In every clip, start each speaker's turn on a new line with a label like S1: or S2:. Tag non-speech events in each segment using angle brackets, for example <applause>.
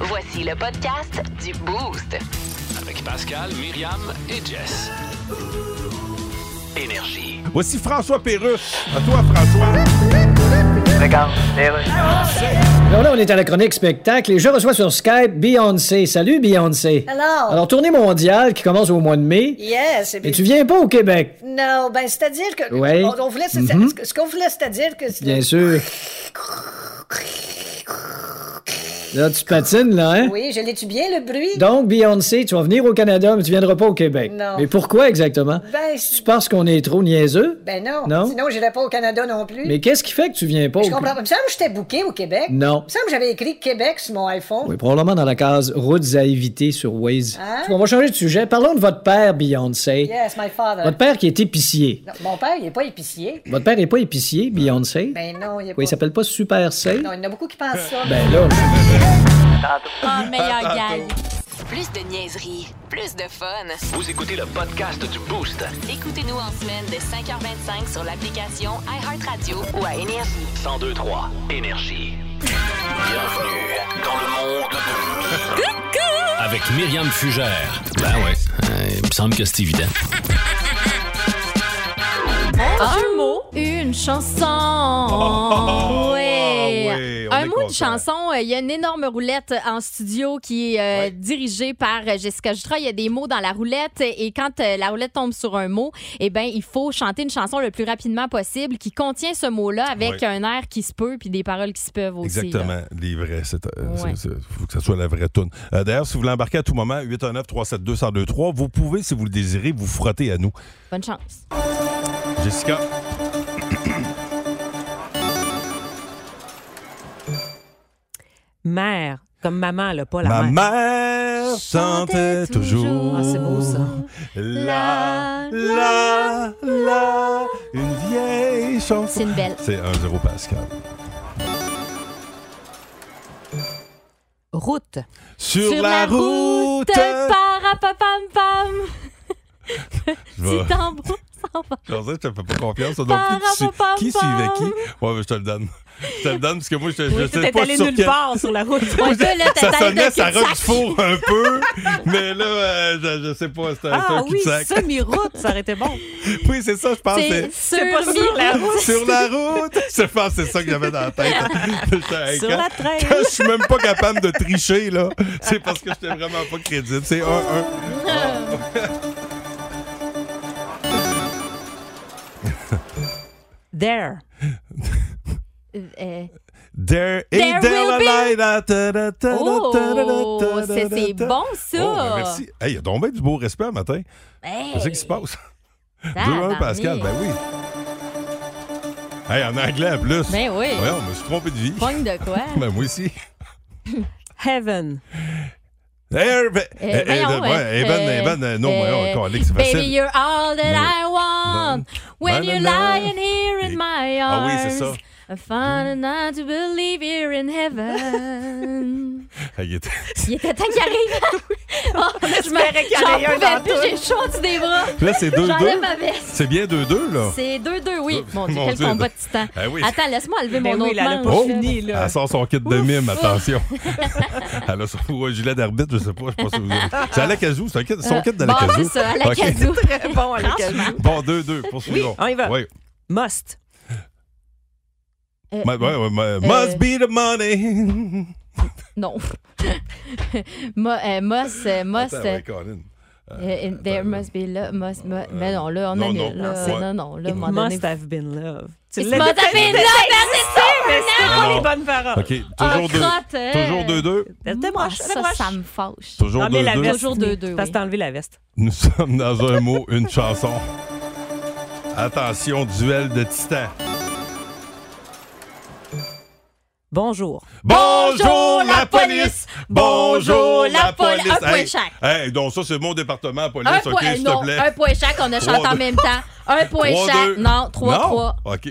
S1: Voici le podcast du Boost.
S2: Avec Pascal, Myriam et Jess. Énergie.
S3: Voici François Pérusse. À toi, François.
S4: Alors là, on est à la chronique spectacle et je reçois sur Skype Beyoncé. Salut Beyoncé.
S5: Alors?
S4: Alors, tournée mondiale qui commence au mois de mai.
S5: Yes.
S4: Et tu viens pas au Québec,
S5: Non, ben, c'est-à-dire que.
S4: Ouais.
S5: On, on voulait, c'est- c'est- Ce qu'on voulait, c'est-à-dire que. c'est-
S4: Mm-hmm. bien sûr. Là, tu patines, là, hein?
S5: Oui, je l'ai-tu bien, le bruit?
S4: Donc, Beyoncé, tu vas venir au Canada, mais tu viendras pas au Québec.
S5: Non.
S4: Mais pourquoi exactement?
S5: Ben, c'est-
S4: Tu penses qu'on est trop niaiseux?
S5: ben non.
S4: Non?
S5: Sinon, j'irais pas au Canada non plus.
S4: Mais qu'est-ce qui fait que tu viens pas
S5: je
S4: au
S5: comprends
S4: Québec?
S5: pas. Il me semble que j'étais booké au Québec.
S4: Non.
S5: Il me semble que j'avais écrit Québec sur mon iPhone.
S4: Oui, probablement dans la case routes à éviter sur Waze.
S5: Hein?
S4: On va changer de sujet. Parlons de votre père, Beyoncé.
S5: Yes, my father.
S4: Votre père qui est épicier.
S5: Non, mon père, il est pas épicier.
S4: Votre père n'est pas épicier, Beyoncé.
S5: Ben non, il est
S4: Oui, il
S5: pas.
S4: s'appelle pas Super Safe.
S5: Non, il y en a beaucoup qui pensent ça.
S4: Ben là,
S6: Ah, meilleur gal.
S1: Plus de niaiserie, plus de fun.
S2: Vous écoutez le podcast du Boost.
S1: Écoutez-nous en semaine de 5h25 sur l'application iHeartRadio ou à Énergie.
S2: 1023 Énergie. Bienvenue dans le monde de Avec Myriam Fugère. Ben ouais, il me semble que c'est évident.
S6: Un mot, une chanson.
S3: oh,
S6: Ouais.
S3: ah ouais, on
S6: un
S3: est
S6: mot, une
S3: content.
S6: chanson. Euh, Il y a une énorme roulette en studio qui est euh, dirigée par euh, Jessica Jutra. Il y a des mots dans la roulette et quand euh, la roulette tombe sur un mot, eh ben il faut chanter une chanson le plus rapidement possible qui contient ce mot-là avec
S3: Ouais.
S6: un air qui se peut puis des paroles qui se peuvent aussi. là.
S3: Exactement, les vrais. C'est, euh,
S6: Ouais.
S3: c'est- c'est- faut que ça soit la vraie toune. Euh, d'ailleurs, si vous voulez embarquer à tout moment, 819-372-1023, vous pouvez, si vous le désirez, vous frotter à nous.
S6: Bonne chance.
S3: Jessica.
S7: Mère, comme maman, là, pas la
S3: Ma
S7: mère.
S3: mère chantait toujours.
S7: Ah, c'est beau, ça.
S3: La,
S6: La,
S3: la, la, une vieille
S6: C'est
S3: chanson.
S6: une belle.
S3: C'est 1-0 Pascal.
S7: Route.
S3: Sur, la, route,
S6: parapapam pam.
S3: Je vais-
S6: Petit tambour s'en va.
S3: Je pensais que je te fais pas confiance. non plus. Tu sais
S6: Parapapam.
S3: Qui suivait qui? Ouais, mais je te le donne. Je te le donne parce que moi, je, je
S7: Oui,
S3: sais
S7: t'es
S3: pas
S7: allé
S3: sur
S7: nulle
S3: quel-
S7: part sur la
S3: <laughs>
S7: route.
S6: Ouais, toi, là,
S3: <laughs>
S6: t'as
S3: Ça
S6: l'air d'un
S3: sonnait, ça rock
S6: cul-de-sac.
S3: du four un peu, mais là, euh, je, je sais pas, c'est un, c'est un
S7: Ah oui,
S3: cul-de-sac.
S7: semi-route, ça aurait été
S6: <laughs>
S7: bon.
S3: Oui, c'est ça, je pense.
S6: C'est
S3: c'est-
S7: C'est pas
S6: sur
S7: sur la route,
S3: Sur la route! Je pense que c'est ça que j'avais dans la
S7: <laughs>
S3: tête. J'étais-
S7: sur
S3: quand-
S7: la traîne.
S3: quand <laughs> je suis même pas capable de tricher, là, c'est parce que j'étais vraiment pas crédible. C'est 1-1.
S7: There.
S6: Euh,
S3: There,
S6: There
S3: ain't there
S6: will
S3: a
S6: be-
S3: light, ah, ta, da, ta, da,
S6: Oh,
S3: ta, da, ta, da,
S6: c'est c'est
S3: ta.
S6: bon
S3: Oh,
S6: ça.
S3: ben merci. Hey, il y a donc bien du beau respect à matin.
S6: Hey,
S3: Qu'est-ce qui se passe? <laughs> 2-1
S6: tabarnak.
S3: Pascal, ben oui. Hey, en anglais en plus.
S6: Ben oui.
S3: Ouais, on me suis trompé de vie.
S6: Pogne de quoi?
S3: <laughs> Ben moi aussi.
S7: Heaven.
S3: Evan,
S6: Euh, voyons, ouais. Euh,
S3: eh, Evan, Evan, non,
S6: euh,
S3: ouais, on c'est
S6: Baby,
S3: facile.
S6: you're all that
S3: Non.
S6: I want.
S3: Non,
S6: When you're
S3: non, non.
S6: lying here in
S3: Et-
S6: my
S3: Ah
S6: arms.
S3: oui, c'est ça. Mm.
S6: I found a night to believe you're in
S3: <laughs>
S6: heaven.
S3: Ah, il était-
S6: Il était temps
S3: <laughs>
S6: qu'il arrive. oh, je m'arrête
S7: qu'il y en ait un dans
S6: plus, j'ai chaud au-dessus des bras.
S3: Là, c'est 2-2.
S6: <laughs> J'enlève ma veste.
S3: C'est bien 2-2, là.
S6: C'est 2-2, oui. Mon Dieu,
S3: Ah. Mon
S6: quel
S3: Dieu.
S6: combat de titan.
S3: Ah oui. Oh!
S6: Attends, laisse-moi enlever
S7: Ben
S6: mon
S7: oui,
S6: autre
S7: là, elle a
S6: manche.
S7: pas fini, là.
S3: Elle sort son kit de mime,
S6: <laughs>
S3: attention. <laughs> Elle a son ou un gilet d'arbitre, je sais pas. Je sais pas si vous avez- C'est à la cajou, c'est un kit- son
S6: Euh,
S3: kit de
S6: bon,
S3: la cajou.
S6: c'est ça, à la
S3: Ok. <laughs>
S6: casou.
S7: Très bon, avec elle.
S3: Bon, 2-2, poursuivons.
S7: on y va.
S3: Oui.
S7: Must.
S6: Euh,
S3: Ma- ouais, ouais, ma-
S6: Eh.
S3: Must be the money.
S6: Non. <laughs> Mo- euh, Moss, euh, Moss,
S3: Attends,
S6: euh,
S3: ouais, Colin. Euh,
S6: euh, in- there
S3: attends,
S6: must be love, must, mu-
S3: Euh,
S6: mais ben non, là, on
S3: non,
S6: annule.
S3: non,
S6: là,
S3: non, c'est-
S6: non, non, là, à un
S7: It
S6: moment donné,
S7: must have been love. Tu
S6: It
S7: l'as
S6: must have been love, ben, c'est sûr!
S7: Mais c'est pas
S3: Non.
S7: les bonnes paroles.
S3: OK, toujours
S6: Ah,
S3: 2.
S6: crotte, euh.
S3: Toujours 2-2.
S7: T'es
S6: Ah,
S7: moche, t'es
S6: ça,
S7: moche.
S6: ça me fâche.
S3: Toujours
S7: Enlevez la
S3: 2-2.
S7: veste.
S6: Toujours deux, deux,
S7: Parce
S6: oui.
S7: que t'as enlevé la veste.
S3: Nous sommes dans un mot, une chanson. Attention, duel de titans.
S7: Bonjour.
S3: Bonjour la police! Bonjour la
S6: la poli-
S3: police!
S6: Un point
S3: Hey,
S6: chaque.
S3: Hey, donc ça, c'est mon département, police,
S6: Un
S3: OK,
S6: point,
S3: s'il
S6: non,
S3: te plaît.
S6: un point chaque, on a chanté
S3: Trois,
S6: en
S3: deux.
S6: même temps. Un point
S3: Trois,
S6: chaque,
S3: deux.
S6: non, 3-3.
S3: OK.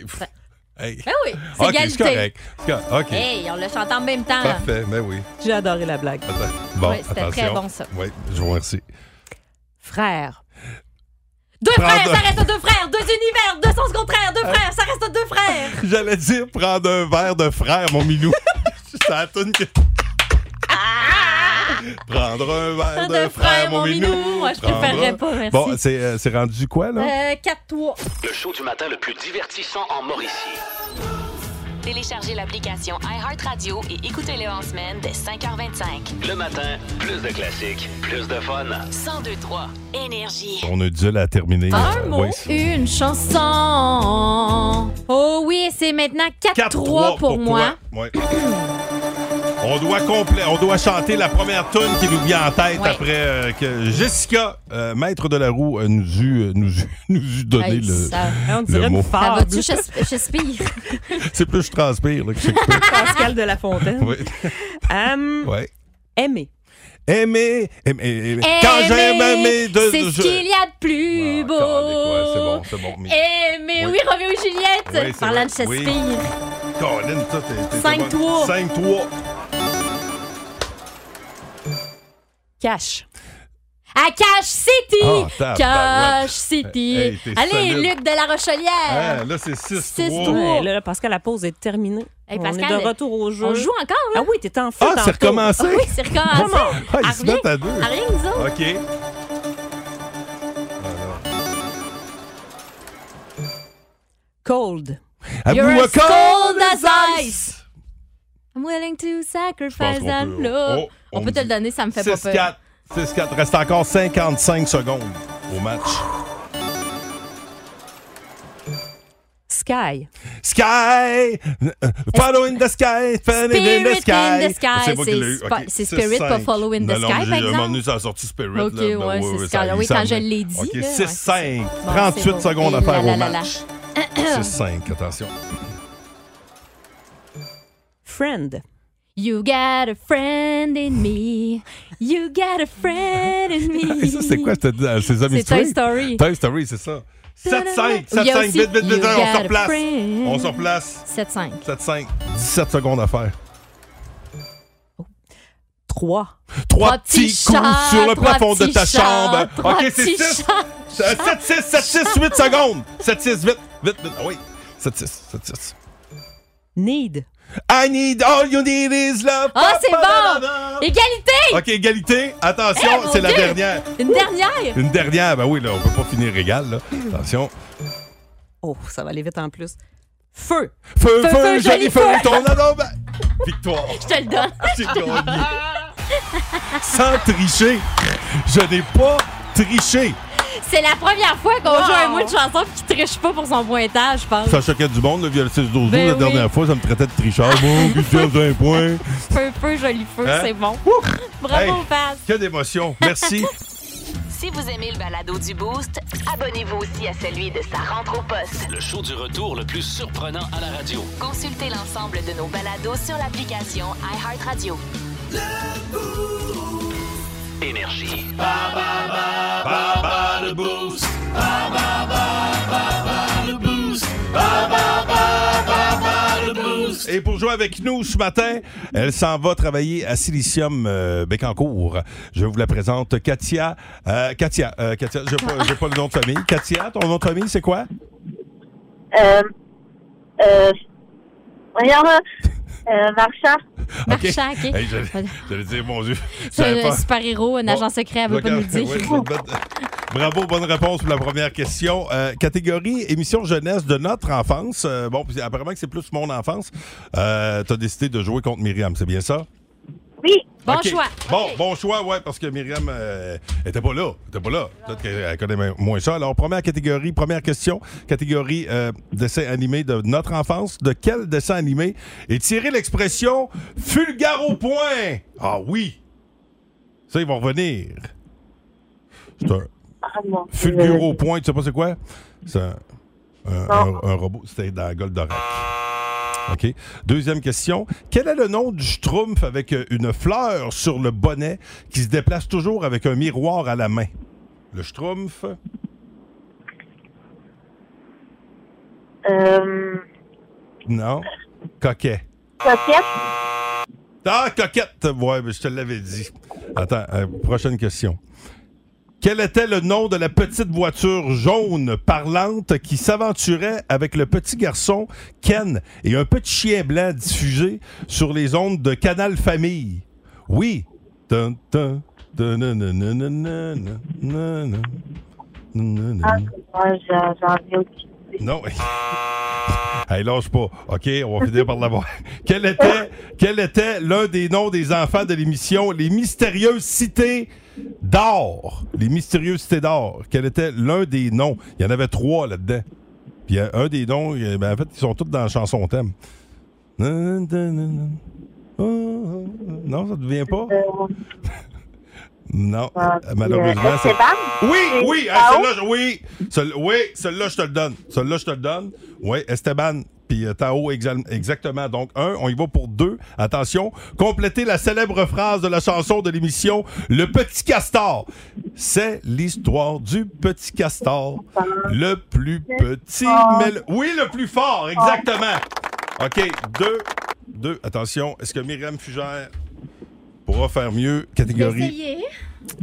S3: Hey.
S6: Ben oui, c'est
S3: OK, c'est
S6: égalité.
S3: correct. C'est correct. OK,
S6: Hey, on l'a chanté en même temps.
S3: parfait. Ben oui.
S7: J'ai adoré la blague.
S3: Attends. Bon,
S6: Ouais, c'était
S3: attention.
S6: très bon, ça.
S3: Oui, je vous remercie.
S7: Frère.
S6: Deux
S3: Prends
S6: frères,
S3: deux. Euh,
S6: ça reste deux frères. Deux univers, deux sens contraires. Deux frères, ça reste deux frères.
S3: J'allais
S6: <laughs>
S3: dire prendre un verre de frère, mon minou. C'est la toune que... Prendre un verre de,
S6: de frère, mon minou. Moi, je
S3: Prendre-
S6: préférerais pas, merci.
S3: Bon, c'est euh, c'est rendu quoi, là?
S6: Euh, 4-3.
S2: Le show du matin le plus divertissant en Mauricie.
S1: Téléchargez l'application iHeartRadio et écoutez-le en semaine dès 5h25.
S2: Le matin, plus de classiques, plus de fun.
S1: 1023 Énergie.
S3: On a dû la terminer.
S6: Un
S3: euh,
S6: mot,
S3: ouais, c'est-
S6: une chanson. Oh oui, c'est maintenant 4-3
S3: 4-3
S6: pour, moi.
S3: toi. Ouais. On doit, complé- on doit chanter la première tune qui nous vient en tête
S6: Ouais.
S3: après euh, que Jessica, euh, maître de la roue, euh, nous eut, euh, nous eut- <laughs> nous eut donné
S6: Hey,
S3: le. <laughs> Ah,
S6: ça
S7: On dirait
S3: mot.
S7: une
S6: ça
S7: fable.
S6: va-tu,
S3: <laughs>
S6: Shakespeare? Shakespeare?
S3: C'est plus je transpire là, que je
S6: <laughs>
S7: Pascal de la Fontaine.
S3: <laughs> Oui.
S7: Hum,
S3: Ouais.
S7: Aimer.
S3: Aimer, aimer, aimer. Quand j'aime aimer de.
S6: C'est
S3: je-
S6: ce qu'il y a de plus
S3: Ah,
S6: beau.
S3: calique, ouais, c'est bon, c'est bon. Mais-
S6: Aimer,
S3: Oui.
S6: oui, Roméo et Juliette.
S3: Oui, c'est
S6: Parlant de
S3: vrai. Oui.
S6: Shakespeare.
S3: Colin, ça, t'es- t'es- t'es
S6: Cinq
S3: bonne.
S6: trois.
S3: Cinq trois.
S7: Cash.
S6: À Cache City!
S3: Ah, tabarouette.
S6: Cache City!
S3: Hey, hey, t'es
S6: Allez,
S3: solide.
S6: Luc de la Rochelière!
S3: Ah, là, c'est 6
S6: Six,
S3: 3.
S6: trois.
S7: Ouais, Ben, là, là, Pascal, la pause est terminée.
S6: Hey,
S7: on
S6: Pascal,
S7: est de retour au jeu.
S6: On joue encore,
S7: Ah
S6: là?
S7: oui, t'es en feu
S3: Ah, c'est
S7: tantôt.
S3: recommencé.
S6: oui, c'est recommencé!
S3: Ah, ils
S6: À
S3: se
S6: rien-
S3: mettent à deux.
S6: à rien, nous autres.
S3: OK.
S7: Cold.
S3: Have
S6: You're
S3: you a
S6: as cold as ice. I'm willing to
S3: Je pense
S6: sacrifice
S3: qu'on
S6: that
S3: peut-
S6: love.
S3: oh,
S6: on
S3: on
S6: peut te
S3: dit-
S6: le donner, ça me fait pas peur.
S3: 6-4. 6-4. Reste encore 55 secondes au match.
S7: Sky.
S3: Sky! Follow in the sky! Follow in the
S6: Spirit
S3: sky!
S6: in the sky,
S3: moi qui
S6: c'est
S3: l'ai eu.
S6: spi-
S3: OK,
S6: c'est
S3: six,
S6: Spirit,
S3: cinq.
S6: pas Follow in the
S3: Non, non,
S6: sky,
S3: j'ai-
S6: par
S3: À un moment
S6: exemple.
S3: donné, ça a sorti Spirit.
S6: OK,
S3: là, ben,
S6: ouais, c'est
S3: ça-
S6: Sky. Oui,
S3: ça-
S6: quand je l'ai dit,
S3: OK,
S6: là, ouais,
S3: 6-5.
S6: c'est ça.
S3: 38
S6: Bon, c'est
S3: secondes à
S6: beau.
S3: faire
S6: Et
S3: au
S6: la, la, la, <coughs>
S3: match. 6-5, attention.
S7: Friend.
S6: You got a friend in me. You got a friend in
S3: <laughs>
S6: me.
S3: Et ça, c'est quoi cette- euh, ces amis
S6: C'est Toy Story.
S3: Toy Story, c'est ça. 7-5,
S6: Il y a
S3: 7-5,
S6: aussi
S3: vite, vite, vite,
S6: You
S3: on
S6: Got
S3: se
S6: a
S3: replace.
S6: Friend.
S3: On se replace.
S6: 7-5.
S3: 7-5, 17 secondes à faire.
S7: 3.
S3: Trois
S6: Trois
S3: petits
S6: petits
S3: coups
S6: chats,
S3: sur le
S6: trois
S3: plafond de
S6: petits
S3: ta
S6: chats,
S3: chambre.
S6: trois
S3: OK, c'est
S6: petits
S3: 6.
S6: chats.
S3: 7, 6, 7, 6, 8 secondes. 7, 6, vite, vite, vite. Ah oui. 7, 6, 7, 6.
S7: Need.
S3: I need all you need is love.
S6: Ah, c'est
S3: Pa-pa-da-da-da.
S6: bon! Égalité!
S3: OK, égalité. Attention,
S6: Eh, mon
S3: c'est la
S6: Dieu.
S3: dernière.
S6: Une dernière!
S3: Une dernière, ben oui, là, on peut pas finir égal, là. Attention.
S7: Oh, ça va aller vite en plus. Feu.
S3: Feu, feu,
S6: Feu, feu,
S3: joli
S6: joli
S3: feu,
S6: feu.
S3: ton adorable. Victoire. Ah,
S6: Je te le donne.
S3: J'ai gagné. Sans tricher. Je n'ai pas triché.
S6: C'est la première fois qu'on
S7: Wow.
S6: joue un mot de chanson pis qu'il triche pas pour son pointage, je pense.
S3: Ça choquait du monde, le viol 6 12
S6: Ben
S3: la
S6: oui.
S3: dernière fois, ça me traitait de
S6: <laughs>
S3: tricheur. Bon, Christian, j'ai un point.
S6: Feu, feu, joli feu,
S3: Hein?
S6: c'est bon.
S3: Hey.
S6: Bravo, Paz.
S3: Que d'émotion. Merci.
S1: Si vous aimez le balado du Boost, abonnez-vous aussi à celui de sa rentre au poste.
S2: Le show du retour le plus surprenant à la radio.
S1: Consultez l'ensemble de nos balados sur l'application iHeartRadio.
S2: Énergie.
S3: Et pour jouer avec nous ce matin, elle s'en va travailler à Silicium euh, Bécancour. Je vous la présente, Katia. Euh, Katia, euh, Katia, j'ai pas, j'ai pas le nom de famille. Katia, ton nom de famille, c'est quoi?
S8: Euh, euh, voyons là, euh, marchand.
S3: Ok.
S6: Marchand, ok.
S3: Hey, j'allais, j'allais dire, mon Dieu. je savais
S6: C'est un
S3: pas.
S6: super-héros, un
S3: Bon. euh,
S6: agent secret, elle veut pas nous le dire.
S3: Ouais, c'est une bonne- Bravo, bonne réponse pour la première question. Euh, catégorie émission jeunesse de notre enfance. Euh, bon, puis apparemment que c'est plus mon enfance. Euh, T'as décidé de jouer contre Myriam, c'est bien ça?
S8: Oui,
S6: Bon
S3: OK.
S6: choix.
S3: Bon, bon choix, ouais, parce que Myriam euh, était pas là. Était pas là. Peut-être qu'elle connaît mo- moins ça. Alors, première catégorie, première question, catégorie euh, dessin animé de notre enfance. De quel dessin animé est tirée l'expression vulgaire au point? Ah oui! Ça, ils vont revenir. C'est un
S8: ah, mon Dieu.
S3: fulgure au point, tu sais pas c'est quoi? C'est un, un- un- un robot. C'était dans Goldorak. OK. Deuxième question. Quel est le nom du schtroumpf avec euh, une fleur sur le bonnet qui se déplace toujours avec un miroir à la main? Le schtroumpf.
S8: Euh,
S3: Non. Coquet.
S8: coquette,
S3: Ah, coquette! Ouais, mais je te l'avais dit. Attends, euh, prochaine question. Quel était le nom de la petite voiture jaune parlante qui s'aventurait avec le petit garçon Ken et un petit chien blanc diffusé sur les ondes de Canal Famille? Oui, Dun, dun, dun, dun, dun, dun, dun, dun, dun, dun, dun, dun.
S8: Ah, moi, j'en j'en ai aucune idée.
S3: Non. hey, lâche pas. OK, on va finir par l'avoir. <laughs> Quel était, quel était l'un des noms des enfants de l'émission Les Mystérieuses Cités d'Or? Les Mystérieuses Cités d'Or. Quel était l'un des noms? Il y en avait trois là-dedans. Puis euh, un des noms, euh, ben, en fait, ils sont tous dans la chanson thème. Nan, nan, nan, nan. Oh, oh, oh. Non, ça ne devient pas?
S8: Euh,
S3: Non,
S8: ah,
S3: euh, malheureusement.
S8: euh,
S3: ça-
S8: Esteban?
S3: Oui,
S8: Et
S3: oui, hey,
S8: Tao?
S3: celui-là, je- oui, Celle- oui, celui-là, je te le donne. Celui-là, je te le donne. Oui, Esteban, puis euh, Tao, exa- exactement. Donc, un, on y va pour deux. Attention, complétez la célèbre phrase de la chanson de l'émission Le Petit Castor. C'est l'histoire du petit castor, le plus petit, mais le- oui, le plus fort, exactement. OK, deux, deux. Attention, est-ce que Myriam Fugère pourra faire mieux catégorie
S6: Essayez.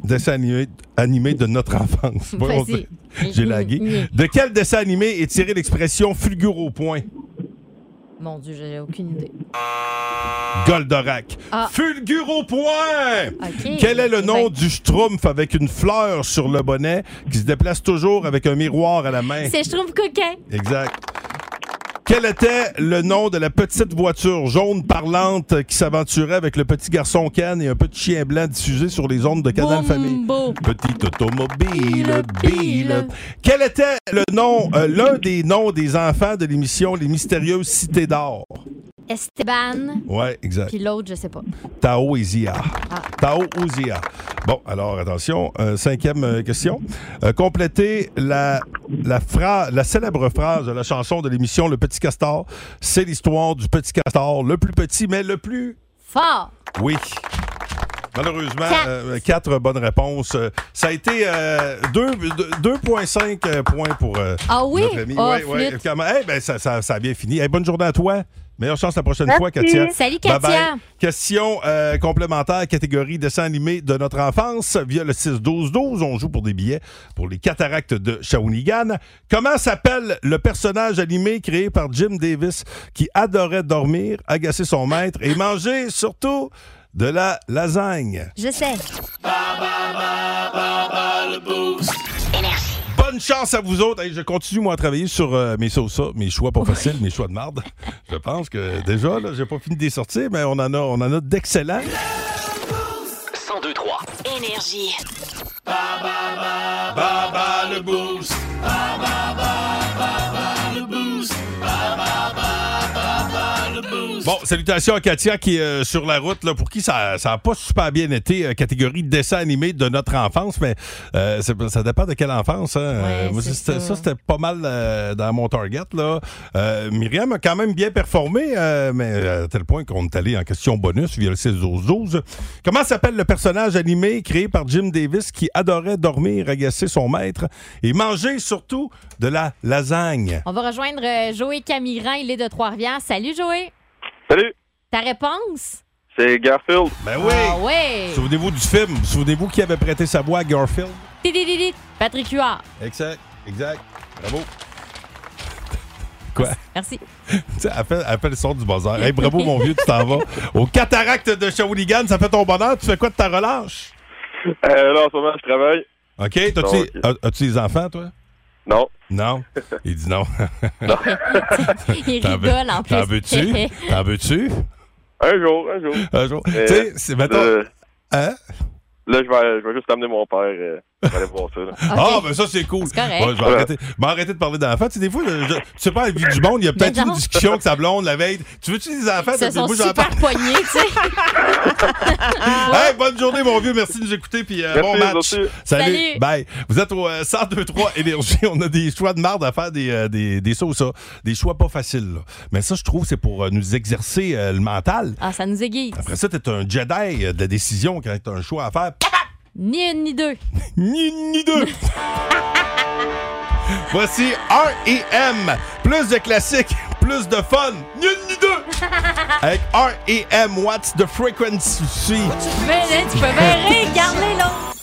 S3: dessin animé, animé de notre enfance. Voyons
S6: <laughs> Vas-y. Mmh,
S3: donc. J'ai lagué. De quel dessin animé est tirée l'expression fulgure au point?
S6: Mon Dieu, j'ai aucune idée.
S3: Goldorak.
S6: Ah.
S3: Fulgure au point!
S6: OK.
S3: Quel est le
S6: Eh
S3: nom
S6: ben,
S3: du schtroumpf avec une fleur sur le bonnet qui se déplace toujours avec un miroir à la main?
S6: C'est Schtroumpf Coquin.
S3: Exact. Quel était le nom de la petite voiture jaune parlante qui s'aventurait avec le petit garçon Cannes et un petit chien blanc diffusé sur les ondes de Canal Famille?
S6: Bumbo.
S3: Petite automobile,
S6: Bile,
S3: bile.
S6: bile.
S3: Quel était le nom, euh, l'un des noms des enfants de l'émission Les Mystérieuses Cités d'Or?
S6: Esteban.
S3: Ouais, exact.
S6: Puis l'autre, je sais pas.
S3: Tao et Zia. Tao ou Zia. Bon, alors attention, euh, cinquième euh, question. Euh, complétez la, la, phra- la célèbre phrase de la chanson de l'émission Le Petit Castor. C'est l'histoire du petit castor, le plus petit, mais le plus.
S6: Fort.
S3: Oui. Malheureusement,
S6: Quatre.
S3: euh, quatre bonnes réponses. Euh, Ça a été euh, deux- deux- 2,5 euh, points pour euh,
S6: Ah oui?
S3: notre ami.
S6: Ah,
S3: Ouais, ouais.
S6: flûte.
S3: Comment- Eh ben, ça, ça- ça a bien fini. Eh, bonne journée à toi. Meilleure chance la prochaine fois,
S8: Merci.
S3: Katia.
S6: Salut,
S3: Bye
S6: Katia.
S3: bye. Question euh, complémentaire, catégorie dessin animé de notre enfance via le 6-12-12. On joue pour des billets pour les cataractes de Shawinigan. Comment s'appelle le personnage animé créé par Jim Davis qui adorait dormir, agacer son maître et manger surtout de la lasagne?
S6: Je sais.
S3: Bonne chance à vous autres. Hey, je continue, moi, à travailler sur euh, mes sauces, mes choix pas faciles, mes choix de marde. Je pense que déjà, là, j'ai pas fini de les sortir, mais on en a, on en a d'excellents.
S2: 1023.
S1: Énergie.
S3: Baba le boost. Bon, salutations à Katia qui est euh, sur la route, là, pour qui ça n'a pas super bien été, euh, catégorie dessin animé de notre enfance, mais euh, c'est- ça dépend de quelle enfance. hein. Euh, moi,
S6: c'est
S3: c'était-
S6: ça.
S3: ça, c'était pas mal euh, dans mon target. Là. Euh, Myriam a quand même bien performé, euh, mais à tel point qu'on est allé en question bonus via le 6-12-12. Comment s'appelle le personnage animé créé par Jim Davis qui adorait dormir, agacer son maître et manger surtout de la lasagne?
S6: On va rejoindre euh, Joé Camiran. Il est de Trois-Rivières. Salut, Joé.
S9: Salut,
S6: Ta réponse?
S9: c'est Garfield.
S3: Ben oui!
S6: Ah ouais.
S3: Souvenez-vous du film. Souvenez-vous qui avait prêté sa voix à Garfield.
S6: Tidididit. Patrick Huard.
S3: Exact. Exact. Bravo. Quoi?
S6: Merci.
S3: Tu sais, appelle, appelle le son du bazar. Hey, bravo, mon vieux, tu t'en vas. Au cataracte de Shawinigan, ça fait ton bonheur. Tu fais quoi de ta relâche?
S9: Euh, là, en ce moment, je travaille.
S3: OK? T'as-tu,
S9: Non, ok.
S3: as- as-tu des enfants, toi?
S9: Non.
S3: <laughs> Non. Il dit non. <laughs>
S6: Il
S3: T'en veux-
S6: rigole en plus.
S3: T'en
S6: <laughs>
S3: veux-tu? T'en veux-tu?
S9: Un jour, un jour.
S3: Un jour.
S9: Euh,
S3: tu sais, c'est, mettons.
S9: Euh,
S3: Hein?
S9: là, je vais, je vais juste amener mon père. euh, pour aller voir ça. là.
S3: Ah, ben ça, c'est cool.
S6: C'est correct.
S3: Ouais, je, vais
S9: Ouais.
S3: arrêter, je vais arrêter de parler d'enfants. Tu sais, des fois, le- je- tu sais pas, la vie du monde, il y a peut-être
S6: Ben
S3: une
S6: non.
S3: discussion avec sa blonde la veille. Tu veux-tu des enfants?
S6: Ils se
S3: Puis
S6: sont
S3: moi, j'en parle.
S6: super poignés, tu sais.
S3: Hey, bonne journée, mon vieux. Merci de nous écouter. Puis euh,
S9: Merci,
S3: bon
S9: vous
S3: match.
S9: aussi.
S3: Salut.
S6: Salut.
S3: Bye. Vous êtes au euh, 1023 <laughs> Énergie. On a des choix de marde à faire, des, euh, des, des sauces, ça. Des choix pas faciles. là. Mais ça, je trouve, c'est pour euh, nous exercer euh, le mental.
S6: Ah, ça nous aiguise.
S3: Après ça, t'es un Jedi euh, de la décision quand t'as un choix à faire.
S6: Ni une ni deux.
S3: Ni une, ni deux. <laughs> Voici R.E.M. Plus de classiques, plus de fun. Ni une, ni deux. Avec R.E.M. What's the frequency?
S6: Mais là, tu peux
S3: <laughs>
S6: bien rire, garde-les, là. <laughs>